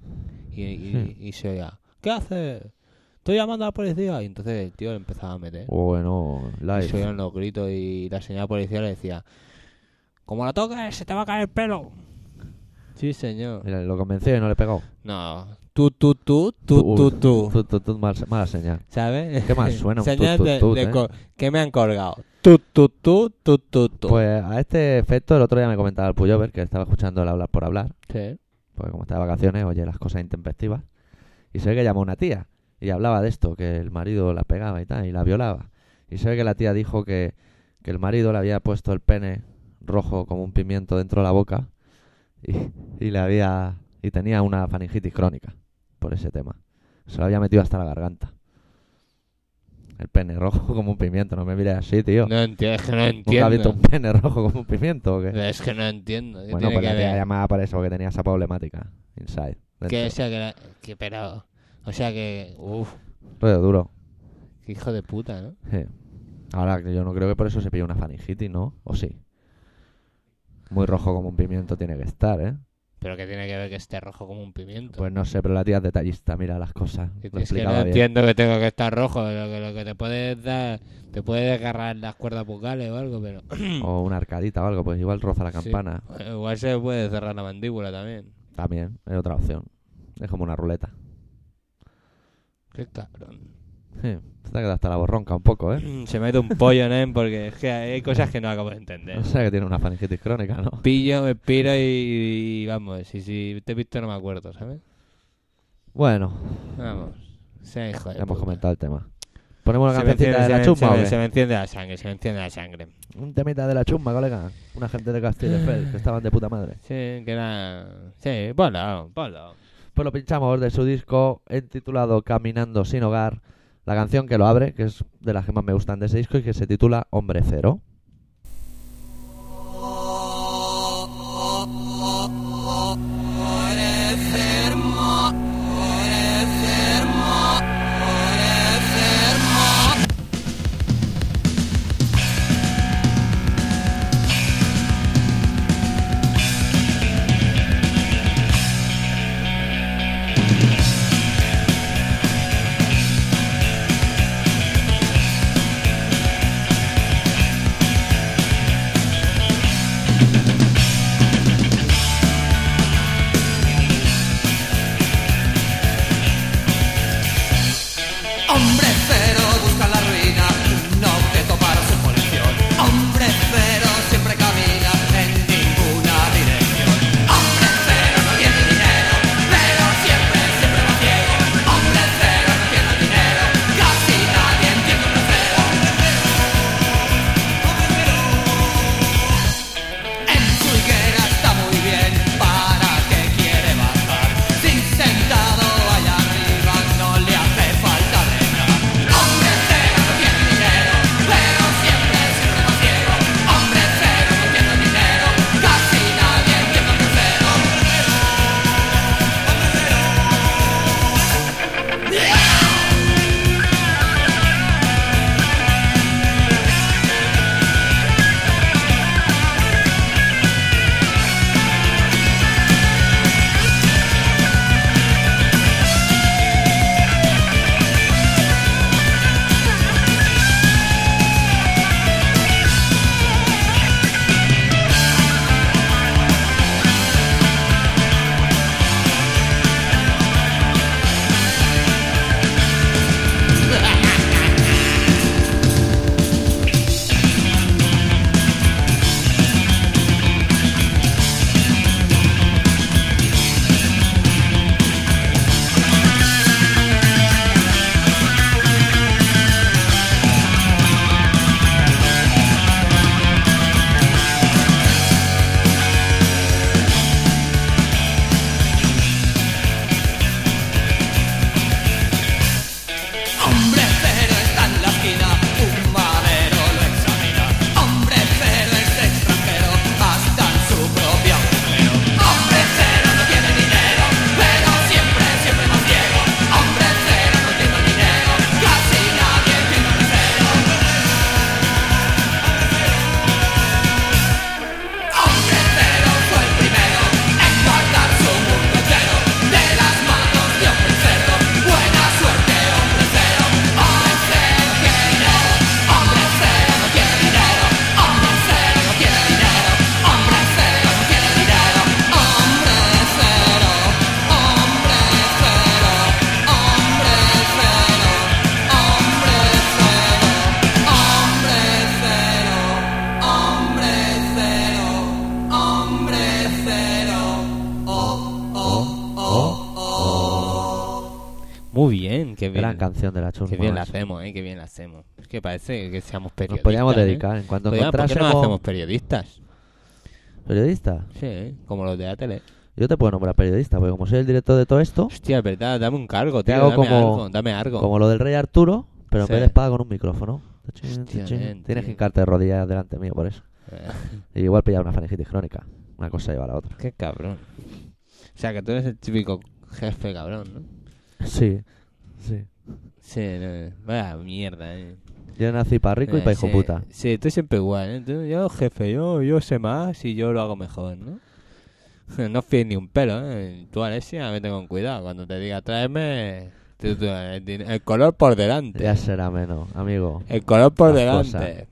[SPEAKER 2] Y, y-
[SPEAKER 3] Sí.
[SPEAKER 2] y se oía: ¿Qué hace? Estoy llamando a la policía. Y entonces el tío le empezaba a meter.
[SPEAKER 3] Bueno,
[SPEAKER 2] y
[SPEAKER 3] live.
[SPEAKER 2] se oían los gritos. Y la señora policía le decía: Como la toques, se te va a caer el pelo. Sí, señor.
[SPEAKER 3] Mira, lo convencí y no le he pegado.
[SPEAKER 2] No. Tú, tú, tú, tú,
[SPEAKER 3] Uy,
[SPEAKER 2] tú, tú.
[SPEAKER 3] Tú, tú, tú, mal- mala señal.
[SPEAKER 2] ¿Sabes?
[SPEAKER 3] Qué mal suena un
[SPEAKER 2] Señal
[SPEAKER 3] tut, tut,
[SPEAKER 2] de-
[SPEAKER 3] tut,
[SPEAKER 2] de
[SPEAKER 3] eh.
[SPEAKER 2] co- que me han colgado. Tú, tú, tú, tú, tú, tú.
[SPEAKER 3] Pues a este efecto el otro día me comentaba el Puyover que estaba escuchando el hablar por hablar,
[SPEAKER 2] Sí.
[SPEAKER 3] porque como está de vacaciones oye las cosas intempestivas, y se ve que llamó a una tía y hablaba de esto, que el marido la pegaba y tal, y la violaba. Y se ve que la tía dijo que, que el marido le había puesto el pene rojo como un pimiento dentro de la boca y, y le había y tenía una faringitis crónica por ese tema. Se lo había metido hasta la garganta. El pene rojo como un pimiento, no me mires así, tío.
[SPEAKER 2] No entiendo. Es que no
[SPEAKER 3] ¿Nunca has visto
[SPEAKER 2] entiendo.
[SPEAKER 3] un pene rojo como un pimiento o qué?
[SPEAKER 2] Es que no entiendo. ¿Qué
[SPEAKER 3] Bueno,
[SPEAKER 2] tiene
[SPEAKER 3] pues
[SPEAKER 2] que
[SPEAKER 3] la
[SPEAKER 2] ver?
[SPEAKER 3] tía llamaba para eso, porque tenía esa problemática. Inside.
[SPEAKER 2] Que, o
[SPEAKER 3] Dentro.
[SPEAKER 2] sea, que, la- que pero, o sea que, uff,
[SPEAKER 3] Rollo duro.
[SPEAKER 2] qué hijo de puta, ¿no?
[SPEAKER 3] Sí. Ahora, que yo no creo que por eso se pille una faringitis, ¿no? ¿O sí? Muy rojo como un pimiento tiene que estar, ¿eh?
[SPEAKER 2] Pero que tiene que ver que esté rojo como un pimiento.
[SPEAKER 3] Pues no sé, pero la tía es detallista, mira las cosas. Lo
[SPEAKER 2] Que- es que no
[SPEAKER 3] explicaba bien.
[SPEAKER 2] entiendo que tengo que estar rojo, lo que, lo que te puede dar, te puede agarrar las cuerdas bucales o algo, pero
[SPEAKER 3] O una arcadita o algo, pues igual roza la
[SPEAKER 2] Sí.
[SPEAKER 3] campana.
[SPEAKER 2] igual se puede cerrar la mandíbula también.
[SPEAKER 3] También, es otra opción. Es como una ruleta.
[SPEAKER 2] Qué cabrón.
[SPEAKER 3] Sí, se te ha quedado hasta la borronca un poco, ¿eh?
[SPEAKER 2] Se me ha ido un pollo, ¿eh? Porque es que hay cosas que no acabo de entender.
[SPEAKER 3] O sea que tiene una faringitis crónica, ¿no?
[SPEAKER 2] Pillo, me piro y, y vamos, y si te he visto no me acuerdo, ¿sabes?
[SPEAKER 3] Bueno,
[SPEAKER 2] Vamos. Sea hijo de
[SPEAKER 3] ya hemos
[SPEAKER 2] puta.
[SPEAKER 3] comentado el tema. Ponemos la
[SPEAKER 2] Se me
[SPEAKER 3] cancioncita
[SPEAKER 2] enciende-
[SPEAKER 3] de
[SPEAKER 2] se
[SPEAKER 3] la
[SPEAKER 2] me- se
[SPEAKER 3] chumba,
[SPEAKER 2] me-
[SPEAKER 3] ¿o qué?
[SPEAKER 2] se me enciende la sangre, se me enciende la sangre.
[SPEAKER 3] Un temita de la chumba, colega. Una gente de Castelldefels que estaban de puta madre.
[SPEAKER 2] Sí, que era... Sí, ponlo, ponlo.
[SPEAKER 3] Pues lo pinchamos de su disco titulado Caminando sin hogar. La canción que lo abre, que es de las que más me gustan de ese disco y que se titula Hombre Cero.
[SPEAKER 8] Hombre cero busca la ruina, un objeto para su colección. Hombre cero siempre camina en ninguna dirección. Hombre cero no tiene dinero, pero siempre, siempre va ciego. Hombre cero no tiene dinero, casi nadie entiende hombre cero. En su higuera está muy bien, ¿para qué quiere bajar? Si sentado allá arriba no le hace falta nada. Hombre cero no tiene dinero, pero siempre siempre más ciego. Hombre cero no tiene dinero, casi nadie tiene hombre cero. Hombre cero está en la esquina, un madero lo examina. Hombre cero es extranjero, hasta en su propio agujero. Hombre cero no tiene dinero, pero siempre, siempre más ciego. Hombre cero no tiene dinero, casi nadie tiene hombre cero. Hombre cero fue el primero en guardar su mundo entero de las manos de hombre cero. Buena suerte, hombre cero. Hombre cero no tiene dinero. Hombre cero no tiene dinero. Hombre cero no tiene dinero. Hombre cero no tiene dinero. Hombre cero. Hombre cero. Hombre cero. Hombre cero. Hombre cero. Hombre cero. Hombre cero.
[SPEAKER 2] Muy bien, qué bien.
[SPEAKER 3] Gran canción de la chumba.
[SPEAKER 2] Qué bien la
[SPEAKER 3] macho.
[SPEAKER 2] hacemos, ¿eh? Qué bien la hacemos. Es que parece que seamos periodistas.
[SPEAKER 3] Nos podíamos
[SPEAKER 2] ¿eh?
[SPEAKER 3] dedicar. En cuanto
[SPEAKER 2] Podríamos- ¿Por qué no
[SPEAKER 3] encontrásemos-
[SPEAKER 2] hacemos periodistas?
[SPEAKER 3] ¿Periodista?
[SPEAKER 2] Sí, ¿eh? como los de la tele.
[SPEAKER 3] Yo te puedo nombrar periodista, porque como soy el director de todo esto,
[SPEAKER 2] Hostia, es verdad, dame un cargo,
[SPEAKER 3] Te
[SPEAKER 2] tío.
[SPEAKER 3] hago
[SPEAKER 2] dame
[SPEAKER 3] como-
[SPEAKER 2] algo, dame algo.
[SPEAKER 3] como lo del rey Arturo, pero en
[SPEAKER 2] Sí.
[SPEAKER 3] vez de espada con un micrófono. Tachín,
[SPEAKER 2] Hostia,
[SPEAKER 3] tachín.
[SPEAKER 2] nen,
[SPEAKER 3] Tienes
[SPEAKER 2] tío.
[SPEAKER 3] que hincarte de rodillas delante mío por eso.
[SPEAKER 2] Eh,
[SPEAKER 3] Y igual pillar una faringitis crónica. Una cosa lleva a la otra.
[SPEAKER 2] qué cabrón. O sea, que tú eres el típico jefe cabrón, ¿no?
[SPEAKER 3] Sí, sí.
[SPEAKER 2] Sí, no, vaya mierda, ¿eh?
[SPEAKER 3] Yo nací para rico y
[SPEAKER 2] Eh,
[SPEAKER 3] para hijo
[SPEAKER 2] sí,
[SPEAKER 3] puta.
[SPEAKER 2] Sí, tú siempre igual, ¿eh? Tú, yo, jefe, yo, yo sé más y yo lo hago mejor, ¿no? No fíes ni un pelo, ¿eh? Tú, Alexia, vete con cuidado. Cuando te diga tráeme tú- tú, el, din- el color por delante.
[SPEAKER 3] Ya será menos, amigo.
[SPEAKER 2] El color por
[SPEAKER 3] Las
[SPEAKER 2] delante.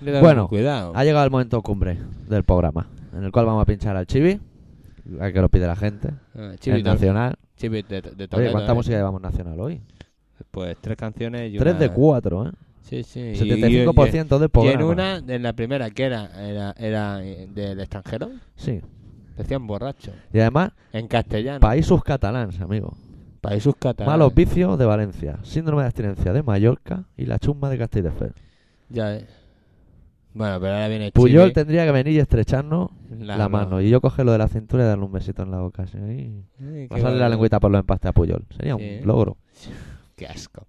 [SPEAKER 2] Vete
[SPEAKER 3] Bueno,
[SPEAKER 2] con cuidado.
[SPEAKER 3] Ha llegado el momento cumbre del programa, en el cual vamos a pinchar al chibi, al que lo pide la gente,
[SPEAKER 2] Ah, Chibi,
[SPEAKER 3] el
[SPEAKER 2] no,
[SPEAKER 3] nacional,
[SPEAKER 2] Sí, de, de Toledo,
[SPEAKER 3] Oye, ¿cuánta
[SPEAKER 2] ¿eh?
[SPEAKER 3] música llevamos nacional hoy?
[SPEAKER 2] Pues tres canciones y
[SPEAKER 3] Tres de
[SPEAKER 2] una-
[SPEAKER 3] cuatro, ¿eh?
[SPEAKER 2] Sí, sí. y- y-
[SPEAKER 3] 75% de
[SPEAKER 2] Y
[SPEAKER 3] programa.
[SPEAKER 2] en una, en la primera, que era, era, era eh, del extranjero,
[SPEAKER 3] Sí.
[SPEAKER 2] decían borracho.
[SPEAKER 3] Y además,
[SPEAKER 2] En castellano.
[SPEAKER 3] países catalans, amigo.
[SPEAKER 2] Países catalanes.
[SPEAKER 3] Malos vicios de Valencia, síndrome de abstinencia de Mallorca y la chusma de Castelldefels.
[SPEAKER 2] Ya, eh. Bueno, pero ahora viene
[SPEAKER 3] Puyol
[SPEAKER 2] Chile.
[SPEAKER 3] tendría que venir y estrecharnos
[SPEAKER 2] La
[SPEAKER 3] la
[SPEAKER 2] mano.
[SPEAKER 3] mano. Y yo cogerlo de la cintura y darle un besito en la boca. así, ahí.
[SPEAKER 2] Ay, Eh, qué
[SPEAKER 3] Pasarle la
[SPEAKER 2] bueno.
[SPEAKER 3] lengüita por los empastes a Puyol. Sería
[SPEAKER 2] Sí.
[SPEAKER 3] un logro.
[SPEAKER 2] Qué asco.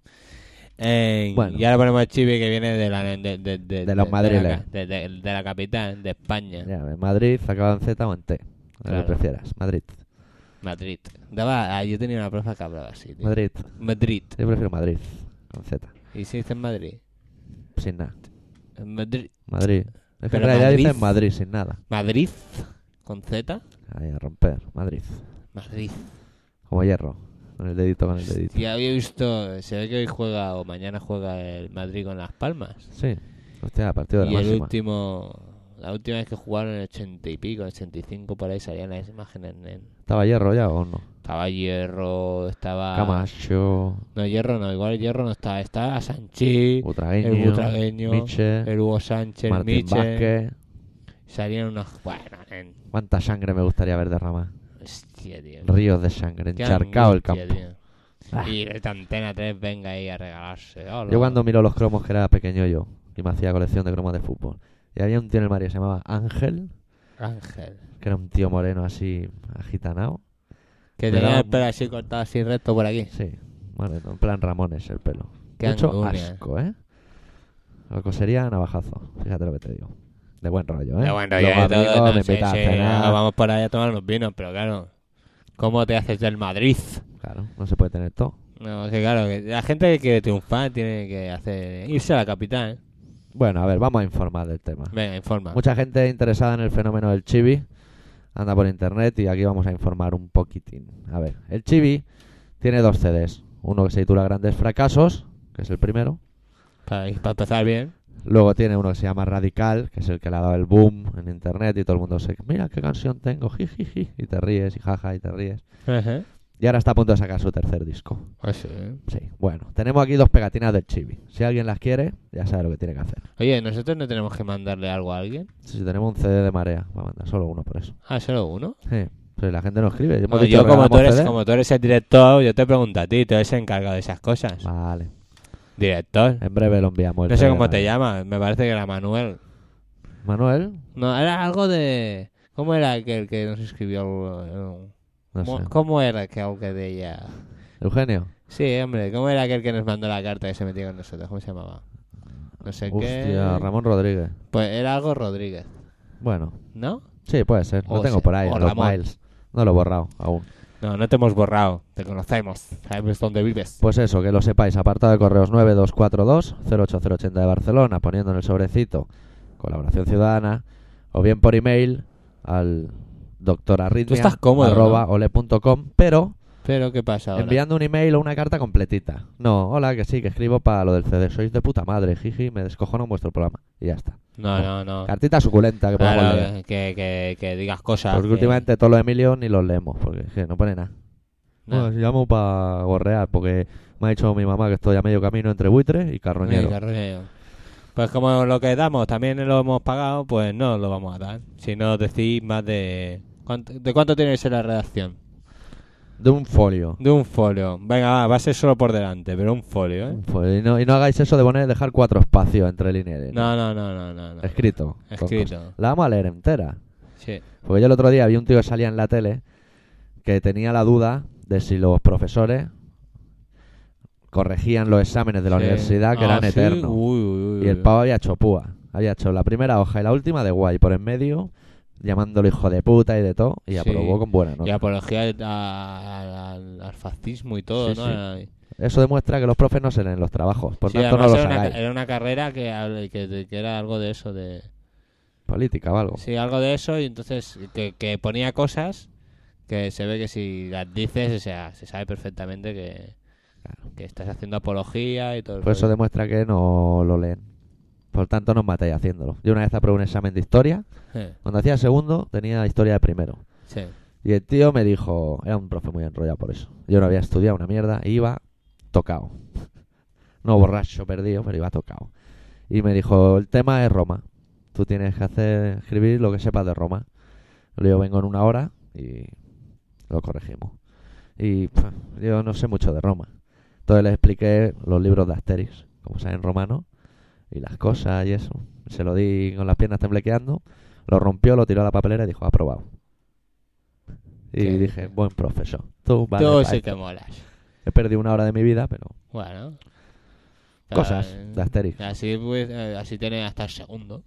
[SPEAKER 2] Eh,
[SPEAKER 3] Bueno.
[SPEAKER 2] Y ahora ponemos el chibi que viene de, la, de, de, de,
[SPEAKER 3] De los
[SPEAKER 2] la
[SPEAKER 3] madriles.
[SPEAKER 2] ca- De, de- de la capital, de España,
[SPEAKER 3] Ya, en Madrid, acaban Z o en T. Lo que
[SPEAKER 2] Claro.
[SPEAKER 3] prefieras. Madrid.
[SPEAKER 2] Madrid. Daba, ah, yo tenía una profa que hablaba así. tío.
[SPEAKER 3] Madrid.
[SPEAKER 2] Madrid.
[SPEAKER 3] Yo prefiero Madrid. Con Z.
[SPEAKER 2] ¿Y si dice en Madrid?
[SPEAKER 3] Sin nada.
[SPEAKER 2] En Madrid.
[SPEAKER 3] Madrid. Es que en
[SPEAKER 2] Pero
[SPEAKER 3] realidad
[SPEAKER 2] Madrid-
[SPEAKER 3] dicen Madrid sin nada.
[SPEAKER 2] Madrid. ¿Con Z?
[SPEAKER 3] Ahí a romper. Madrid.
[SPEAKER 2] Madrid.
[SPEAKER 3] Como hierro. Con el dedito, con el dedito.
[SPEAKER 2] Ya había visto, se ve que hoy juega o mañana juega el Madrid con Las Palmas.
[SPEAKER 3] Sí. Hostia, partido de la
[SPEAKER 2] y el
[SPEAKER 3] máxima.
[SPEAKER 2] último, la última vez que jugaron en el 80 y pico, en el 85 por ahí salían las imágenes. nen.
[SPEAKER 3] ¿Estaba hierro ya o no?
[SPEAKER 2] Estaba Hierro, estaba...
[SPEAKER 3] Camacho.
[SPEAKER 2] No, Hierro no, igual Hierro no estaba. Estaba Sanchi,
[SPEAKER 3] Butragueño.
[SPEAKER 2] el Butragueño,
[SPEAKER 3] Miche.
[SPEAKER 2] el Hugo Sánchez,
[SPEAKER 3] Martín
[SPEAKER 2] Michel.
[SPEAKER 3] Vázquez.
[SPEAKER 2] Salían unos... Bueno, nen.
[SPEAKER 3] ¿Cuánta sangre me gustaría ver derramar?
[SPEAKER 2] Hostia, tío.
[SPEAKER 3] Ríos de sangre,
[SPEAKER 2] Qué
[SPEAKER 3] encharcado el campo. Ah.
[SPEAKER 2] angustia, tío. Y esta antena 3 venga ahí a regalarse. Hola.
[SPEAKER 3] Yo cuando miro los cromos que era pequeño yo y me hacía colección de cromos de fútbol. Y había un tío en el mar que se llamaba Ángel,
[SPEAKER 2] Ángel.
[SPEAKER 3] que era un tío moreno así agitanado.
[SPEAKER 2] Que
[SPEAKER 3] Me
[SPEAKER 2] tenía
[SPEAKER 3] daba
[SPEAKER 2] el pelo así cortado así recto por aquí.
[SPEAKER 3] Sí, moreno, en plan Ramones el pelo.
[SPEAKER 2] Qué
[SPEAKER 3] Mucho
[SPEAKER 2] angustia.
[SPEAKER 3] asco, ¿eh? Lo cosería a navajazo, fíjate lo que te digo. De buen rollo, ¿eh?
[SPEAKER 2] De buen rollo
[SPEAKER 3] Los
[SPEAKER 2] y todo,
[SPEAKER 3] amigos
[SPEAKER 2] no,
[SPEAKER 3] me
[SPEAKER 2] sí,
[SPEAKER 3] invitan
[SPEAKER 2] sí,
[SPEAKER 3] a cenar.
[SPEAKER 2] ahora Vamos por ahí a tomar unos vinos, pero claro, ¿cómo te haces del Madrid?
[SPEAKER 3] Claro, no se puede tener todo.
[SPEAKER 2] No, que claro, que la gente que quiere triunfar tiene que hacer irse a la capital. ¿eh?
[SPEAKER 3] Bueno, a ver, vamos a informar del tema.
[SPEAKER 2] Venga, informa.
[SPEAKER 3] Mucha gente interesada en el fenómeno del chibi anda por internet y aquí vamos a informar un poquitín. A ver, el chibi tiene dos CDs. Uno que se titula Grandes Fracasos, que es el primero.
[SPEAKER 2] Para, para empezar bien.
[SPEAKER 3] Luego tiene uno que se llama Radical, que es el que le ha dado el boom en internet y todo el mundo se... Mira qué canción tengo, jijiji. Y te ríes, y jaja, y te ríes.
[SPEAKER 2] Ajá.
[SPEAKER 3] Y ahora está a punto de sacar su tercer disco.
[SPEAKER 2] Pues sí, ¿eh?
[SPEAKER 3] Sí, bueno, tenemos aquí dos pegatinas del chibi. Si alguien las quiere, ya sabe lo que tiene que hacer.
[SPEAKER 2] Oye, ¿nosotros no tenemos que mandarle algo a alguien?
[SPEAKER 3] Si tenemos un CD de marea, va a mandar solo uno por eso.
[SPEAKER 2] Ah, solo uno.
[SPEAKER 3] Sí, pues la gente no escribe. Hemos
[SPEAKER 2] Bueno,
[SPEAKER 3] dicho
[SPEAKER 2] yo
[SPEAKER 3] que
[SPEAKER 2] como tú,
[SPEAKER 3] regalamos
[SPEAKER 2] eres,
[SPEAKER 3] CD.
[SPEAKER 2] como tú eres el director, yo te pregunto a ti, tú eres el encargado de esas cosas.
[SPEAKER 3] Vale, Pues
[SPEAKER 2] Director.
[SPEAKER 3] en breve lo enviamos. el
[SPEAKER 2] No sé
[SPEAKER 3] CD
[SPEAKER 2] cómo te
[SPEAKER 3] también.
[SPEAKER 2] llamas, me parece que era Manuel.
[SPEAKER 3] Manuel,
[SPEAKER 2] No, era algo de... ¿Cómo era aquel que nos escribió? Eh,
[SPEAKER 3] no
[SPEAKER 2] ¿Cómo,
[SPEAKER 3] sé.
[SPEAKER 2] cómo era aquel que de ella?
[SPEAKER 3] Eugenio,
[SPEAKER 2] Sí, hombre, ¿cómo era aquel que nos mandó la carta que se metió con nosotros? ¿Cómo se llamaba? No sé
[SPEAKER 3] hostia,
[SPEAKER 2] qué.
[SPEAKER 3] Ramón Rodríguez.
[SPEAKER 2] Pues era algo Rodríguez,
[SPEAKER 3] Bueno,
[SPEAKER 2] ¿no?
[SPEAKER 3] sí, puede ser. Lo
[SPEAKER 2] O
[SPEAKER 3] tengo
[SPEAKER 2] sea,
[SPEAKER 3] por ahí,
[SPEAKER 2] o
[SPEAKER 3] en los
[SPEAKER 2] Ramón.
[SPEAKER 3] miles. No lo he borrado aún.
[SPEAKER 2] No, no te hemos borrado, te conocemos, sabemos dónde vives.
[SPEAKER 3] Pues eso, que lo sepáis. Apartado de correos 9242-08080 de Barcelona, poniendo en el sobrecito colaboración ciudadana, o bien por email al doctorarritmia
[SPEAKER 2] Tú estás cómodo,
[SPEAKER 3] arroba ole.com, pero
[SPEAKER 2] Pero ¿qué pasa ahora?
[SPEAKER 3] Enviando un email o una carta completita. No, hola, que sí, que escribo para lo del CD. Sois de puta madre, jiji, me descojono en vuestro programa. Y ya está.
[SPEAKER 2] No, no, no.
[SPEAKER 3] Cartita suculenta que podamos
[SPEAKER 2] Claro,
[SPEAKER 3] leer.
[SPEAKER 2] que, que, que digas cosas.
[SPEAKER 3] Porque
[SPEAKER 2] que-
[SPEAKER 3] últimamente todos los Emilio ni los leemos, porque es que no pone nada.
[SPEAKER 2] Nah.
[SPEAKER 3] Bueno, si llamo para gorrear, porque me ha dicho mi mamá que estoy a medio camino entre buitres y carroñero.
[SPEAKER 2] Venga, Roñero. Pues como lo que damos también lo hemos pagado, pues no lo vamos a dar. Si no decís más de... ¿cuánto- ¿De cuánto tiene que ser la redacción?
[SPEAKER 3] de un folio.
[SPEAKER 2] De un folio. Venga, va, va a ser solo por delante, pero un folio, ¿eh?
[SPEAKER 3] Un folio. Pues, Y, no, y no hagáis eso de poner dejar cuatro espacios entre líneas. de-
[SPEAKER 2] No, no, no, no, no. no.
[SPEAKER 3] Escrito. con
[SPEAKER 2] Escrito.
[SPEAKER 3] cosas. La vamos a leer entera.
[SPEAKER 2] Sí.
[SPEAKER 3] Porque yo el otro día vi un tío que salía en la tele que tenía la duda de si los profesores corregían los exámenes de la
[SPEAKER 2] Sí.
[SPEAKER 3] universidad que
[SPEAKER 2] Ah,
[SPEAKER 3] eran
[SPEAKER 2] sí.
[SPEAKER 3] eternos.
[SPEAKER 2] Uy, uy, uy,
[SPEAKER 3] Y el
[SPEAKER 2] uy.
[SPEAKER 3] pavo había hecho púa. Había hecho la primera hoja y la última de guay por en medio, llamándolo hijo de puta y de todo, y
[SPEAKER 2] Sí.
[SPEAKER 3] aprobó con buena
[SPEAKER 2] Y
[SPEAKER 3] nota.
[SPEAKER 2] apología al- a- al, al fascismo y todo,
[SPEAKER 3] Sí,
[SPEAKER 2] ¿no?
[SPEAKER 3] sí.
[SPEAKER 2] Era-
[SPEAKER 3] Eso demuestra que los profes no se leen los trabajos, por
[SPEAKER 2] sí,
[SPEAKER 3] tanto no
[SPEAKER 2] además
[SPEAKER 3] los
[SPEAKER 2] era, una, eh,
[SPEAKER 3] hagáis.
[SPEAKER 2] era una carrera que, habl- que, que era algo de eso, de...
[SPEAKER 3] Política o algo.
[SPEAKER 2] Sí, algo de eso, y entonces que, que ponía cosas que se ve que si las dices, o sea, se sabe perfectamente que, que estás haciendo apología y todo. el
[SPEAKER 3] Pues eso
[SPEAKER 2] rollo.
[SPEAKER 3] demuestra que no lo leen. Por tanto, no os matéis haciéndolo. Yo una vez aprobé un examen de historia.
[SPEAKER 2] Eh,
[SPEAKER 3] Cuando hacía segundo, tenía historia de primero.
[SPEAKER 2] sí.
[SPEAKER 3] Y Y el tío me dijo, era un profe muy enrollado por eso. Yo no había estudiado una mierda, e iba tocado. No borracho perdido, pero iba tocado. Y me dijo, el tema es Roma. Tú tienes que hacer escribir lo que sepas de Roma. Le digo, vengo en una hora y lo corregimos. Y pf, yo no sé mucho de Roma. Entonces le expliqué los libros de Asterix, como saben romano, y las cosas y eso. Se lo di con las piernas temblequeando, lo rompió, lo tiró a la papelera y dijo, aprobado. Y
[SPEAKER 2] Qué
[SPEAKER 3] dije, buen profesor. Tú, vale,
[SPEAKER 2] Tú
[SPEAKER 3] pa'
[SPEAKER 2] sí
[SPEAKER 3] esto".
[SPEAKER 2] que molas.
[SPEAKER 3] He perdido una hora de mi vida, pero
[SPEAKER 2] Bueno.
[SPEAKER 3] Cosas
[SPEAKER 2] Ah,
[SPEAKER 3] de Asterix.
[SPEAKER 2] Así, pues, eh, así tiene hasta el segundo.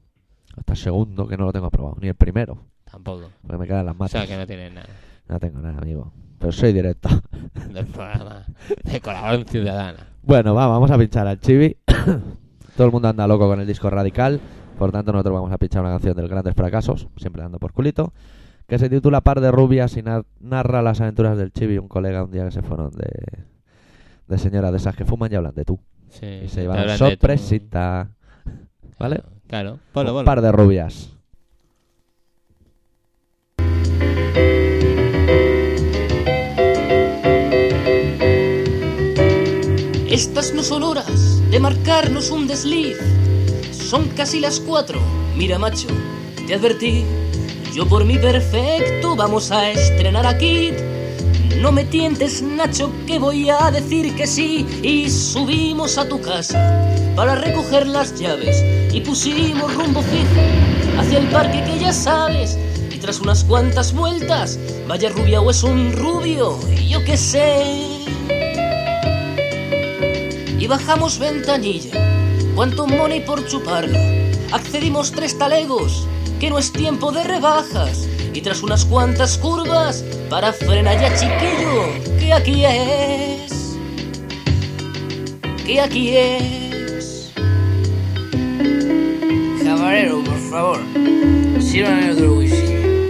[SPEAKER 3] hasta el segundo que no lo tengo aprobado, ni el primero,
[SPEAKER 2] Tampoco.
[SPEAKER 3] porque me quedan las
[SPEAKER 2] O
[SPEAKER 3] matas.
[SPEAKER 2] sea que no tiene nada
[SPEAKER 3] No tengo nada, amigo. Pero soy directo.
[SPEAKER 2] del programa de colaboración ciudadana.
[SPEAKER 3] Bueno, va, vamos a pinchar al chibi. Todo el mundo anda loco con el disco radical. Por tanto, nosotros vamos a pinchar una canción del Grandes Fracasos, siempre dando por culito, que se titula Par de Rubias y nar- narra las aventuras del chibi, un colega un día que se fueron de, de señoras de esas que fuman y hablan de tú.
[SPEAKER 2] Sí,
[SPEAKER 3] Y
[SPEAKER 2] te
[SPEAKER 3] se llevaron
[SPEAKER 2] Eh, hablan de tu-
[SPEAKER 3] sorpresita. ¿Vale?
[SPEAKER 2] Claro.
[SPEAKER 3] Un
[SPEAKER 2] Ponlo, ponlo.
[SPEAKER 3] Pues par de rubias.
[SPEAKER 9] Estas no son horas de marcarnos un desliz. Son casi las cuatro. Mira, macho, te advertí. Yo por mi perfecto vamos a estrenar a Kit. No me tientes, Nacho, que voy a decir que sí. Y subimos a tu casa para recoger las llaves. Y pusimos rumbo fijo hacia el parque que ya sabes. Y tras unas cuantas vueltas, vaya rubia o es un rubio, y yo qué sé y bajamos ventanilla. Cuánto money por chuparla. Accedimos tres talegos, que no es tiempo de rebajas. Y tras unas cuantas curvas, para frenar ya chiquillo, que aquí es. Que aquí es. Camarero, por favor, sírvanme otro whisky.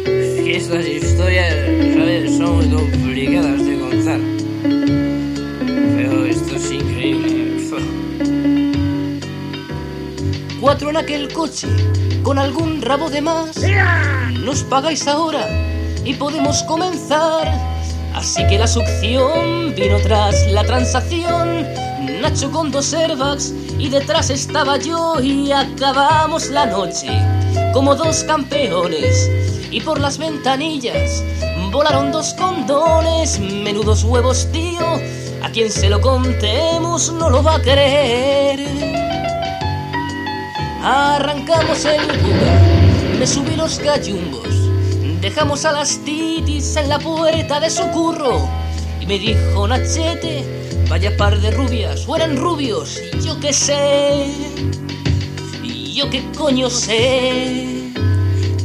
[SPEAKER 9] Que estas historias, ¿sabes? Son muy complicadas de contar. Pero esto es increíble. Cuatro en aquel coche, con algún rabo de más. Nos pagáis ahora y podemos comenzar. Así que la succión vino tras la transacción. Nacho con dos airbags y detrás estaba yo y acabamos la noche como dos campeones. Y por las ventanillas volaron dos condones, menudos huevos tío. A quien se lo contemos no lo va a creer. Arrancamos el buga, me subí los gallumbos, dejamos a las titis en la puerta de su curro. Y me dijo Nachete, vaya par de rubias, o eran rubios, y yo qué sé, y yo qué coño sé.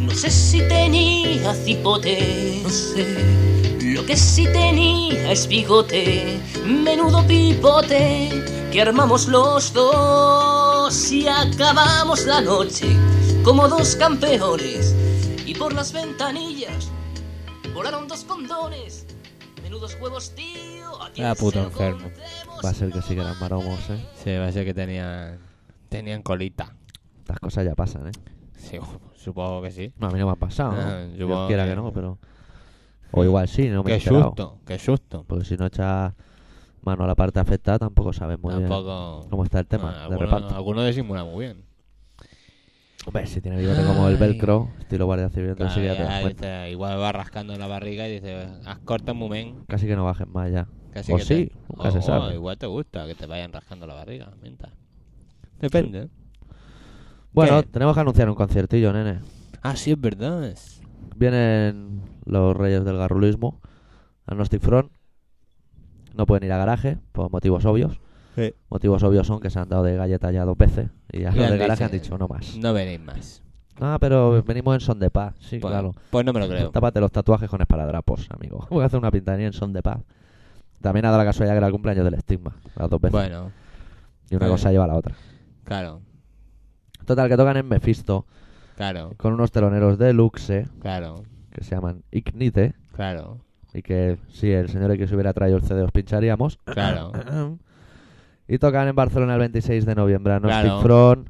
[SPEAKER 9] No sé si tenía cipote, no sé. Lo que sí tenía es bigote, menudo pipote, que armamos los dos y acabamos la noche como dos campeones. Y por las ventanillas volaron dos condones, menudos huevos, tío. a quien
[SPEAKER 2] Ah,
[SPEAKER 9] se
[SPEAKER 2] puto
[SPEAKER 9] lo
[SPEAKER 2] enfermo.
[SPEAKER 9] contemos,
[SPEAKER 3] Va a ser que sí que eran maromos, ¿eh?
[SPEAKER 2] Sí, va a ser que tenían, tenían colita.
[SPEAKER 3] Estas cosas ya pasan, ¿eh?
[SPEAKER 2] Sí, supongo que sí.
[SPEAKER 3] No, a mí no me ha pasado, ¿no?
[SPEAKER 2] Ah,
[SPEAKER 3] Dios
[SPEAKER 2] supongo
[SPEAKER 3] quiera
[SPEAKER 2] que-
[SPEAKER 3] que no, pero... O igual sí, no me he
[SPEAKER 2] qué
[SPEAKER 3] enterado.
[SPEAKER 2] susto, qué susto.
[SPEAKER 3] Porque si no echas mano a la parte afectada, tampoco sabes muy
[SPEAKER 2] Tampoco.
[SPEAKER 3] bien cómo está el tema
[SPEAKER 2] Ah,
[SPEAKER 3] de
[SPEAKER 2] alguno,
[SPEAKER 3] reparto.
[SPEAKER 2] alguno disimula muy bien.
[SPEAKER 3] Hombre, si tiene bigote como el
[SPEAKER 2] Ay.
[SPEAKER 3] velcro, estilo guardia civil, entonces
[SPEAKER 2] Claro,
[SPEAKER 3] sí que ya te
[SPEAKER 2] ya
[SPEAKER 3] das cuenta.
[SPEAKER 2] dice, igual va rascando en la barriga y dice, has cortado un moment.
[SPEAKER 3] Casi que no bajes más ya.
[SPEAKER 2] Casi
[SPEAKER 3] o
[SPEAKER 2] que
[SPEAKER 3] Pues sí,
[SPEAKER 2] te-
[SPEAKER 3] nunca
[SPEAKER 2] o-
[SPEAKER 3] se
[SPEAKER 2] o
[SPEAKER 3] sabe.
[SPEAKER 2] Oh, igual te gusta que te vayan rascando la barriga, mientras. Depende.
[SPEAKER 3] Bueno,
[SPEAKER 2] ¿Qué?
[SPEAKER 3] tenemos que anunciar un conciertillo, nene.
[SPEAKER 2] Ah, sí, es verdad. es-
[SPEAKER 3] Vienen los reyes del garrulismo, Agnostic Front. No pueden ir a garaje, por motivos obvios.
[SPEAKER 2] Sí.
[SPEAKER 3] Motivos obvios son que se han dado de galleta ya dos veces. Y ya
[SPEAKER 2] Y
[SPEAKER 3] los
[SPEAKER 2] han
[SPEAKER 3] de garaje
[SPEAKER 2] dicho,
[SPEAKER 3] han dicho, no más.
[SPEAKER 2] No venís más.
[SPEAKER 3] Ah, pero venimos en son de paz. Sí,
[SPEAKER 2] Mm. Pues,
[SPEAKER 3] claro.
[SPEAKER 2] pues no me lo creo.
[SPEAKER 3] Tápate los tatuajes con esparadrapos, amigo. Voy a hacer una pintanía en son de paz. También ha dado la casualidad que era el cumpleaños del estigma, las dos veces.
[SPEAKER 2] Bueno, eh.
[SPEAKER 3] y una
[SPEAKER 2] bueno.
[SPEAKER 3] cosa lleva a la otra.
[SPEAKER 2] claro,
[SPEAKER 3] Total, que tocan en Mephisto
[SPEAKER 2] claro,
[SPEAKER 3] con unos teloneros de Luxe
[SPEAKER 2] claro,
[SPEAKER 3] que se llaman Ignite.
[SPEAKER 2] claro,
[SPEAKER 3] Y que si el señor que se hubiera traído el CD os pincharíamos.
[SPEAKER 2] claro.
[SPEAKER 3] Y tocan en Barcelona el 26 de noviembre. No
[SPEAKER 2] Claro.
[SPEAKER 3] Front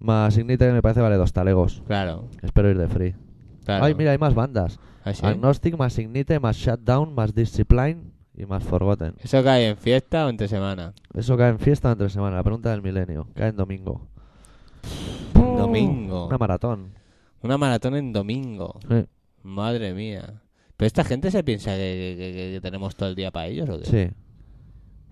[SPEAKER 3] más Ignite, que me parece vale dos talegos.
[SPEAKER 2] Claro,
[SPEAKER 3] Espero ir de free.
[SPEAKER 2] claro.
[SPEAKER 3] Ay, mira, hay más bandas.
[SPEAKER 2] ¿Ah, sí?
[SPEAKER 3] Agnostic más Ignite más Shutdown más Discipline y más Forgotten.
[SPEAKER 2] ¿Eso cae en fiesta o entre semana?
[SPEAKER 3] Eso cae en fiesta entre semana, la pregunta del milenio. Cae en domingo.
[SPEAKER 2] Domingo.
[SPEAKER 3] Oh, Una maratón.
[SPEAKER 2] Una maratón en domingo.
[SPEAKER 3] Sí.
[SPEAKER 2] Madre mía. ¿Pero esta gente se piensa que, que- que- que tenemos todo el día para ellos o qué?
[SPEAKER 3] Sí.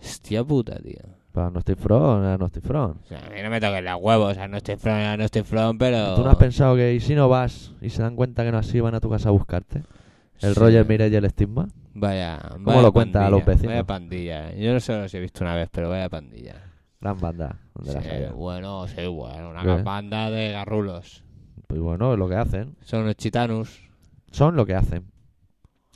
[SPEAKER 2] Hostia puta, tío.
[SPEAKER 3] Para no estoy front, eh, no estoy front.
[SPEAKER 2] O sea, a mí no me toquen las huevos, a no estoy front, a no estoy front, pero...
[SPEAKER 3] ¿Tú no has pensado que y si no vas y se dan cuenta que no así van a tu casa a buscarte? El
[SPEAKER 2] Sí.
[SPEAKER 3] Roger Mireille y el estigma.
[SPEAKER 2] Vaya,
[SPEAKER 3] ¿Cómo
[SPEAKER 2] vaya
[SPEAKER 3] lo cuentan
[SPEAKER 2] pandilla,
[SPEAKER 3] los vecinos?
[SPEAKER 2] Vaya pandilla. Yo no solo los he visto una vez, pero vaya pandilla.
[SPEAKER 3] Gran banda. de la ¿Eh?
[SPEAKER 2] Sí,
[SPEAKER 3] salida.
[SPEAKER 2] bueno, sí, bueno. Una
[SPEAKER 3] ¿Qué?
[SPEAKER 2] banda de garrulos.
[SPEAKER 3] Pues bueno, es lo que hacen.
[SPEAKER 2] Son los chitanus.
[SPEAKER 3] Son lo que hacen.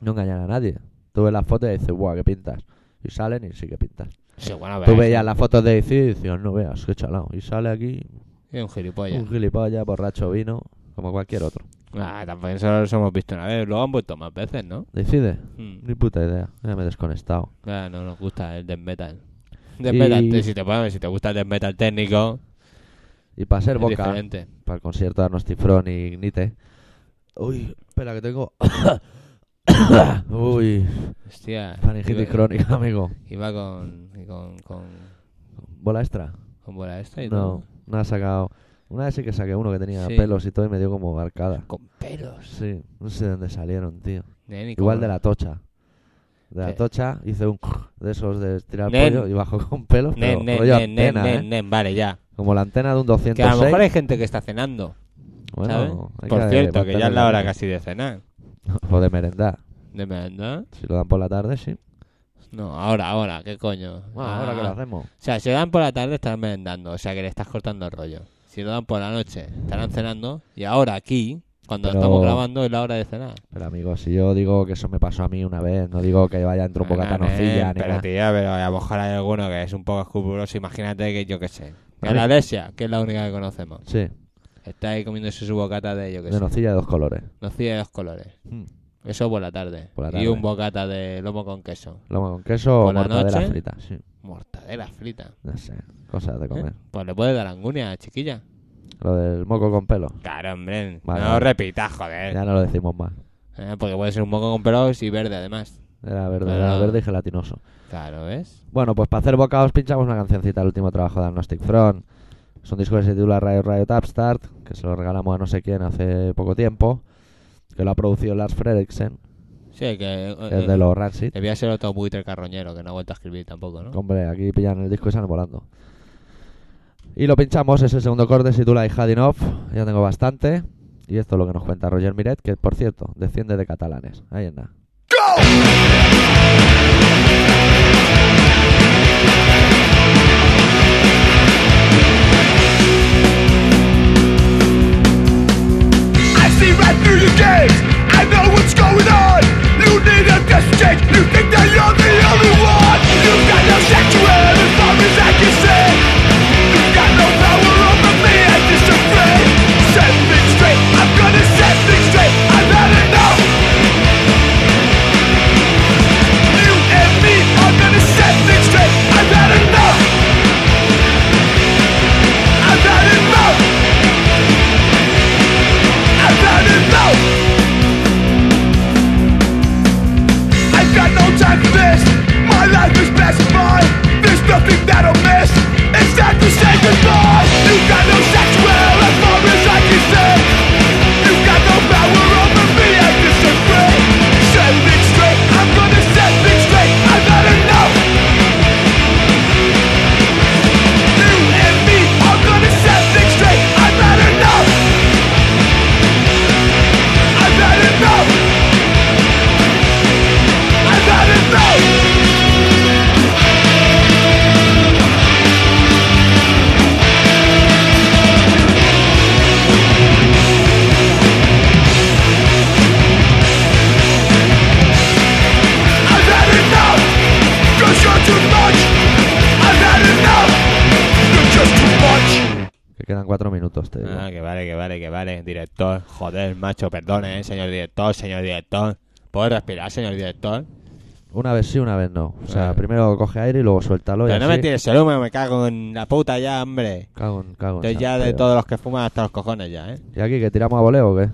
[SPEAKER 3] No engañan a nadie. Tú ves las fotos y dices, guau, qué pintas. Y salen y sí que pintas.
[SPEAKER 2] Pues Sí, bueno, pero
[SPEAKER 3] Tú
[SPEAKER 2] es
[SPEAKER 3] veías las fotos de Izzy y dices, no veas, qué chalao. Y sale aquí
[SPEAKER 2] un- es un gilipollas.
[SPEAKER 3] un gilipollas, borracho vino, como cualquier otro.
[SPEAKER 2] Ah, tampoco solo los hemos visto una vez. Lo han vuelto más veces, ¿no?
[SPEAKER 3] Decide.
[SPEAKER 2] Mm.
[SPEAKER 3] Ni puta idea. Ya me he desconectado.
[SPEAKER 2] Ah, no nos gusta el death metal. Death metal,
[SPEAKER 3] Y-
[SPEAKER 2] te- si, te, bueno, si te gusta el death metal técnico,
[SPEAKER 3] Y para ser
[SPEAKER 2] es
[SPEAKER 3] boca,
[SPEAKER 2] diferente.
[SPEAKER 3] para el concierto de Agnostifron y Ignite. Uy, espera que tengo. Uy,
[SPEAKER 2] Hostia.
[SPEAKER 3] faringitis
[SPEAKER 2] iba,
[SPEAKER 3] crónica, amigo.
[SPEAKER 2] iba con, con, con,
[SPEAKER 3] ¿Bola extra?
[SPEAKER 2] con bola esta y
[SPEAKER 3] No, no ha sacado. Una vez sí que saqué uno que tenía
[SPEAKER 2] Sí.
[SPEAKER 3] pelos y todo y me dio como arcada.
[SPEAKER 2] todo. Con pelos.
[SPEAKER 3] Sí, no sé de dónde salieron, tío.
[SPEAKER 2] Nen, ¿y
[SPEAKER 3] Igual
[SPEAKER 2] cómo
[SPEAKER 3] de
[SPEAKER 2] no?
[SPEAKER 3] la tocha. De la
[SPEAKER 2] Sí.
[SPEAKER 3] tocha hice un de esos de estirar
[SPEAKER 2] Nen.
[SPEAKER 3] pollo y bajo con pelos. pero
[SPEAKER 2] Nen, nen,
[SPEAKER 3] rollo
[SPEAKER 2] nen, nen,
[SPEAKER 3] antena,
[SPEAKER 2] nen,
[SPEAKER 3] ¿eh?
[SPEAKER 2] nen, vale, ya.
[SPEAKER 3] Como la antena de un
[SPEAKER 2] Que a
[SPEAKER 3] 206.
[SPEAKER 2] lo mejor hay gente que está cenando,
[SPEAKER 3] Bueno,
[SPEAKER 2] ¿sabes?
[SPEAKER 3] hay
[SPEAKER 2] Por
[SPEAKER 3] que
[SPEAKER 2] cierto, que ya es
[SPEAKER 3] mantener
[SPEAKER 2] la hora casi de cenar.
[SPEAKER 3] O de merendar.
[SPEAKER 2] ¿De verdad?
[SPEAKER 3] Si lo dan por la tarde, sí.
[SPEAKER 2] No, ahora, ahora, ¿qué coño?
[SPEAKER 3] Bueno, ahora que lo
[SPEAKER 2] Ah.
[SPEAKER 3] hacemos.
[SPEAKER 2] O sea, si lo dan por la tarde estarán merendando, o sea que le estás cortando el rollo. Si lo dan por la noche estarán cenando y ahora aquí, cuando
[SPEAKER 3] Pero-
[SPEAKER 2] estamos grabando, es la hora de cenar.
[SPEAKER 3] Pero amigo, si yo digo que eso me pasó a mí una vez, no digo que vaya entre un bocata
[SPEAKER 2] Nah,
[SPEAKER 3] nocilla
[SPEAKER 2] nen,
[SPEAKER 3] ni
[SPEAKER 2] Pero
[SPEAKER 3] nada.
[SPEAKER 2] tío, pero a lo mejor hay alguno que es un poco escrupuloso, imagínate que yo qué sé. Que
[SPEAKER 3] Vale.
[SPEAKER 2] la Alesia, que es la única que conocemos,
[SPEAKER 3] Sí,
[SPEAKER 2] está ahí comiéndose su bocata de yo qué
[SPEAKER 3] de
[SPEAKER 2] sé.
[SPEAKER 3] nocilla de dos colores.
[SPEAKER 2] Nocilla de dos colores.
[SPEAKER 3] Mm.
[SPEAKER 2] Eso por la tarde.
[SPEAKER 3] Por la
[SPEAKER 2] Y
[SPEAKER 3] tarde.
[SPEAKER 2] un bocata de lomo con queso.
[SPEAKER 3] Lomo con queso o
[SPEAKER 2] Por la
[SPEAKER 3] mortadela
[SPEAKER 2] noche.
[SPEAKER 3] frita, sí.
[SPEAKER 2] Mortadela frita.
[SPEAKER 3] No sé, cosas de comer.
[SPEAKER 2] ¿Eh? Pues le puedes dar angunia, chiquilla.
[SPEAKER 3] Lo del moco con pelo,
[SPEAKER 2] Claro, hombre.
[SPEAKER 3] Vale,
[SPEAKER 2] no
[SPEAKER 3] vale.
[SPEAKER 2] repitas, joder.
[SPEAKER 3] ya no lo decimos más.
[SPEAKER 2] Eh, porque puede ser un moco con pelos y verde, además.
[SPEAKER 3] Era verde,
[SPEAKER 2] Ah.
[SPEAKER 3] era verde y gelatinoso.
[SPEAKER 2] Claro, ¿ves?
[SPEAKER 3] Bueno, pues para hacer bocados pinchamos una cancioncita del último trabajo de Agnostic Front. Es un disco que se titula Riot Riot Upstart, que se lo regalamos a no sé quién hace poco tiempo, que lo ha producido Lars Fredriksen,
[SPEAKER 2] Sí, que. eh,
[SPEAKER 3] que es de los Rancid.
[SPEAKER 2] Debía ser otro buitre carroñero que no ha vuelto a escribir tampoco, ¿no?
[SPEAKER 3] Hombre, aquí pillan el disco y salen volando. Y lo pinchamos, es el segundo corte, se titula I Had Enough, ya tengo bastante. Y esto es lo que nos cuenta Roger Miret, que por cierto, desciende de catalanes. Ahí en nada.
[SPEAKER 4] I see right through your games. I know what's going on. You need a distinct. You think that you're the only one. You've got no sanctuary as far as I can see. You've got no power over me. I disagree. Set me straight. I'm gonna set things straight. I've had enough. You and me are gonna set things straight. I've had enough. I've had enough. I've had enough. I've got no time for this. My life is passing by. There's nothing that I'll miss. It's time to say goodbye. You've got no sanctuary as far as I can see. You've got no power over me. I disagree. Set things straight. I'm gonna set things straight. I've had enough. You and me are gonna set things straight. I've had enough. I've had enough. I've had enough. I've had enough. Cause you're too much. I've had enough. You're just too much.
[SPEAKER 3] Que quedan cuatro minutos, te digo.
[SPEAKER 2] Ah, que vale, que vale, que vale. Director, joder, macho, perdone, ¿eh? señor director, señor director. ¿Puedo respirar, señor director?
[SPEAKER 3] Una vez sí, una vez no. O sea,
[SPEAKER 2] Vale.
[SPEAKER 3] primero coge aire y luego suéltalo. y
[SPEAKER 2] Ah. Pero no
[SPEAKER 3] así-
[SPEAKER 2] me tires el humo, me cago en la puta ya, hombre.
[SPEAKER 3] Cago en, cago en
[SPEAKER 2] Estoy ya
[SPEAKER 3] San
[SPEAKER 2] de
[SPEAKER 3] Pedro.
[SPEAKER 2] todos los que fuman hasta los cojones ya, ¿eh?
[SPEAKER 3] ¿Y aquí que tiramos a voleo o qué?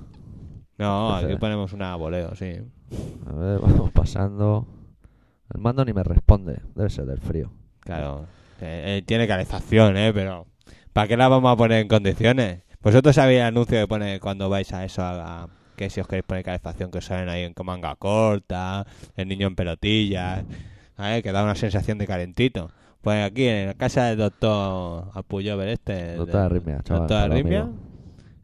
[SPEAKER 2] No, aquí
[SPEAKER 3] Prefiero.
[SPEAKER 2] ponemos una voleo, sí.
[SPEAKER 3] A ver, vamos pasando. El mando ni me responde. Debe ser del frío.
[SPEAKER 2] Claro. Eh, eh, tiene calefacción, ¿eh? Pero ¿para qué la vamos a poner en condiciones? Vosotros sabéis el anuncio que pone cuando vais a eso, a, a- que si os queréis poner calefacción, que os salen ahí en con manga corta, el niño en pelotillas, ¿sabes? Que da una sensación de calentito. Pues aquí en la casa del doctor Apuyover este...
[SPEAKER 3] Doctor
[SPEAKER 2] de-
[SPEAKER 3] Arritmia, chaval,
[SPEAKER 2] Doctor
[SPEAKER 3] para los
[SPEAKER 2] Arritmia.
[SPEAKER 3] amigos.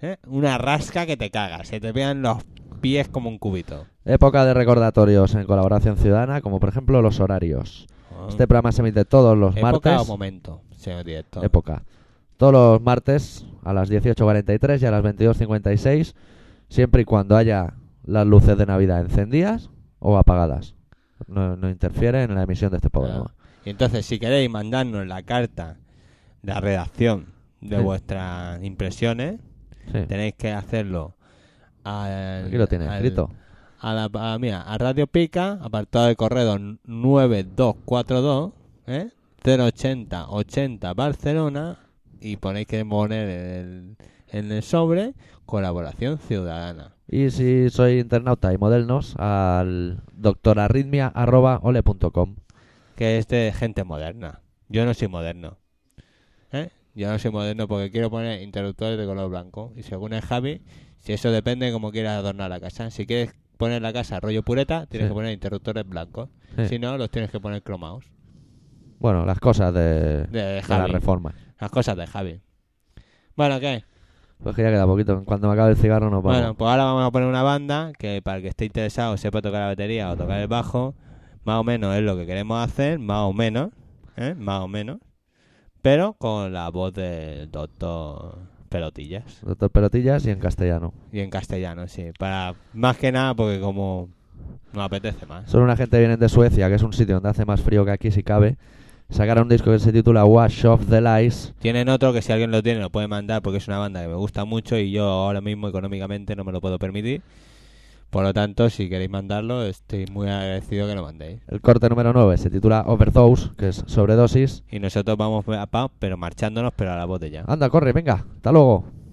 [SPEAKER 2] ¿eh? Una rasca que te cagas, se te pegan los pies como un cubito.
[SPEAKER 3] Época de recordatorios en colaboración ciudadana, como por ejemplo los horarios.
[SPEAKER 2] Ah.
[SPEAKER 3] Este programa se emite todos los
[SPEAKER 2] ¿Época
[SPEAKER 3] martes.
[SPEAKER 2] o momento, señor director?
[SPEAKER 3] época. Todos los martes a las 18.43 y a las 22.56, siempre y cuando haya las luces de Navidad encendidas o apagadas. No, no interfiere en la emisión de este programa.
[SPEAKER 2] Y entonces, si queréis mandarnos la carta, la redacción de
[SPEAKER 3] Sí.
[SPEAKER 2] vuestras impresiones,
[SPEAKER 3] Sí.
[SPEAKER 2] tenéis que hacerlo al,
[SPEAKER 3] Aquí lo tiene
[SPEAKER 2] al-
[SPEAKER 3] escrito.
[SPEAKER 2] A, la, a- mira, a Radio Pica, apartado de correo 9242, ¿eh? 080 80 Barcelona, y ponéis que poner el- en el sobre colaboración ciudadana.
[SPEAKER 3] Y si soy internauta y modelnos, al doctorarritmia.ole.com.
[SPEAKER 2] que es de gente moderna. Yo no soy moderno. ¿Eh? Yo no soy moderno porque quiero poner interruptores de color blanco. Y según el Javi, si eso depende de cómo quieras adornar la casa. Si quieres poner la casa rollo pureta, tienes
[SPEAKER 3] Sí.
[SPEAKER 2] que poner interruptores blancos.
[SPEAKER 3] Sí.
[SPEAKER 2] Si no, los tienes que poner cromados.
[SPEAKER 3] Bueno, las cosas de, de
[SPEAKER 2] De
[SPEAKER 3] la
[SPEAKER 2] Javi.
[SPEAKER 3] reforma.
[SPEAKER 2] Las cosas de Javi. Bueno, ¿qué?
[SPEAKER 3] Pues que ya queda poquito. En cuanto me acabe el cigarro nos vamos.
[SPEAKER 2] Bueno, pues ahora vamos a poner una banda que para el que esté interesado sepa tocar la batería o tocar el bajo, más o menos es lo que queremos hacer, más o menos, ¿eh? más o menos, pero con la voz del doctor Pelotillas
[SPEAKER 3] Doctor Pelotillas y en castellano.
[SPEAKER 2] y en castellano, sí, para más que nada porque como nos apetece más.
[SPEAKER 3] Son una gente que viene de Suecia, que es un sitio donde hace más frío que aquí si cabe. Sacaron un disco que se titula Wash of the Lies.
[SPEAKER 2] Tienen otro que si alguien lo tiene lo puede mandar porque es una banda que me gusta mucho y yo ahora mismo económicamente no me lo puedo permitir. Por lo tanto, si queréis mandarlo, estoy muy agradecido que lo mandéis.
[SPEAKER 3] El corte número 9 se titula Overdose, que es sobredosis.
[SPEAKER 2] Y nosotros vamos a pa, pero marchándonos, pero a la botella.
[SPEAKER 3] Anda, corre, venga, hasta luego.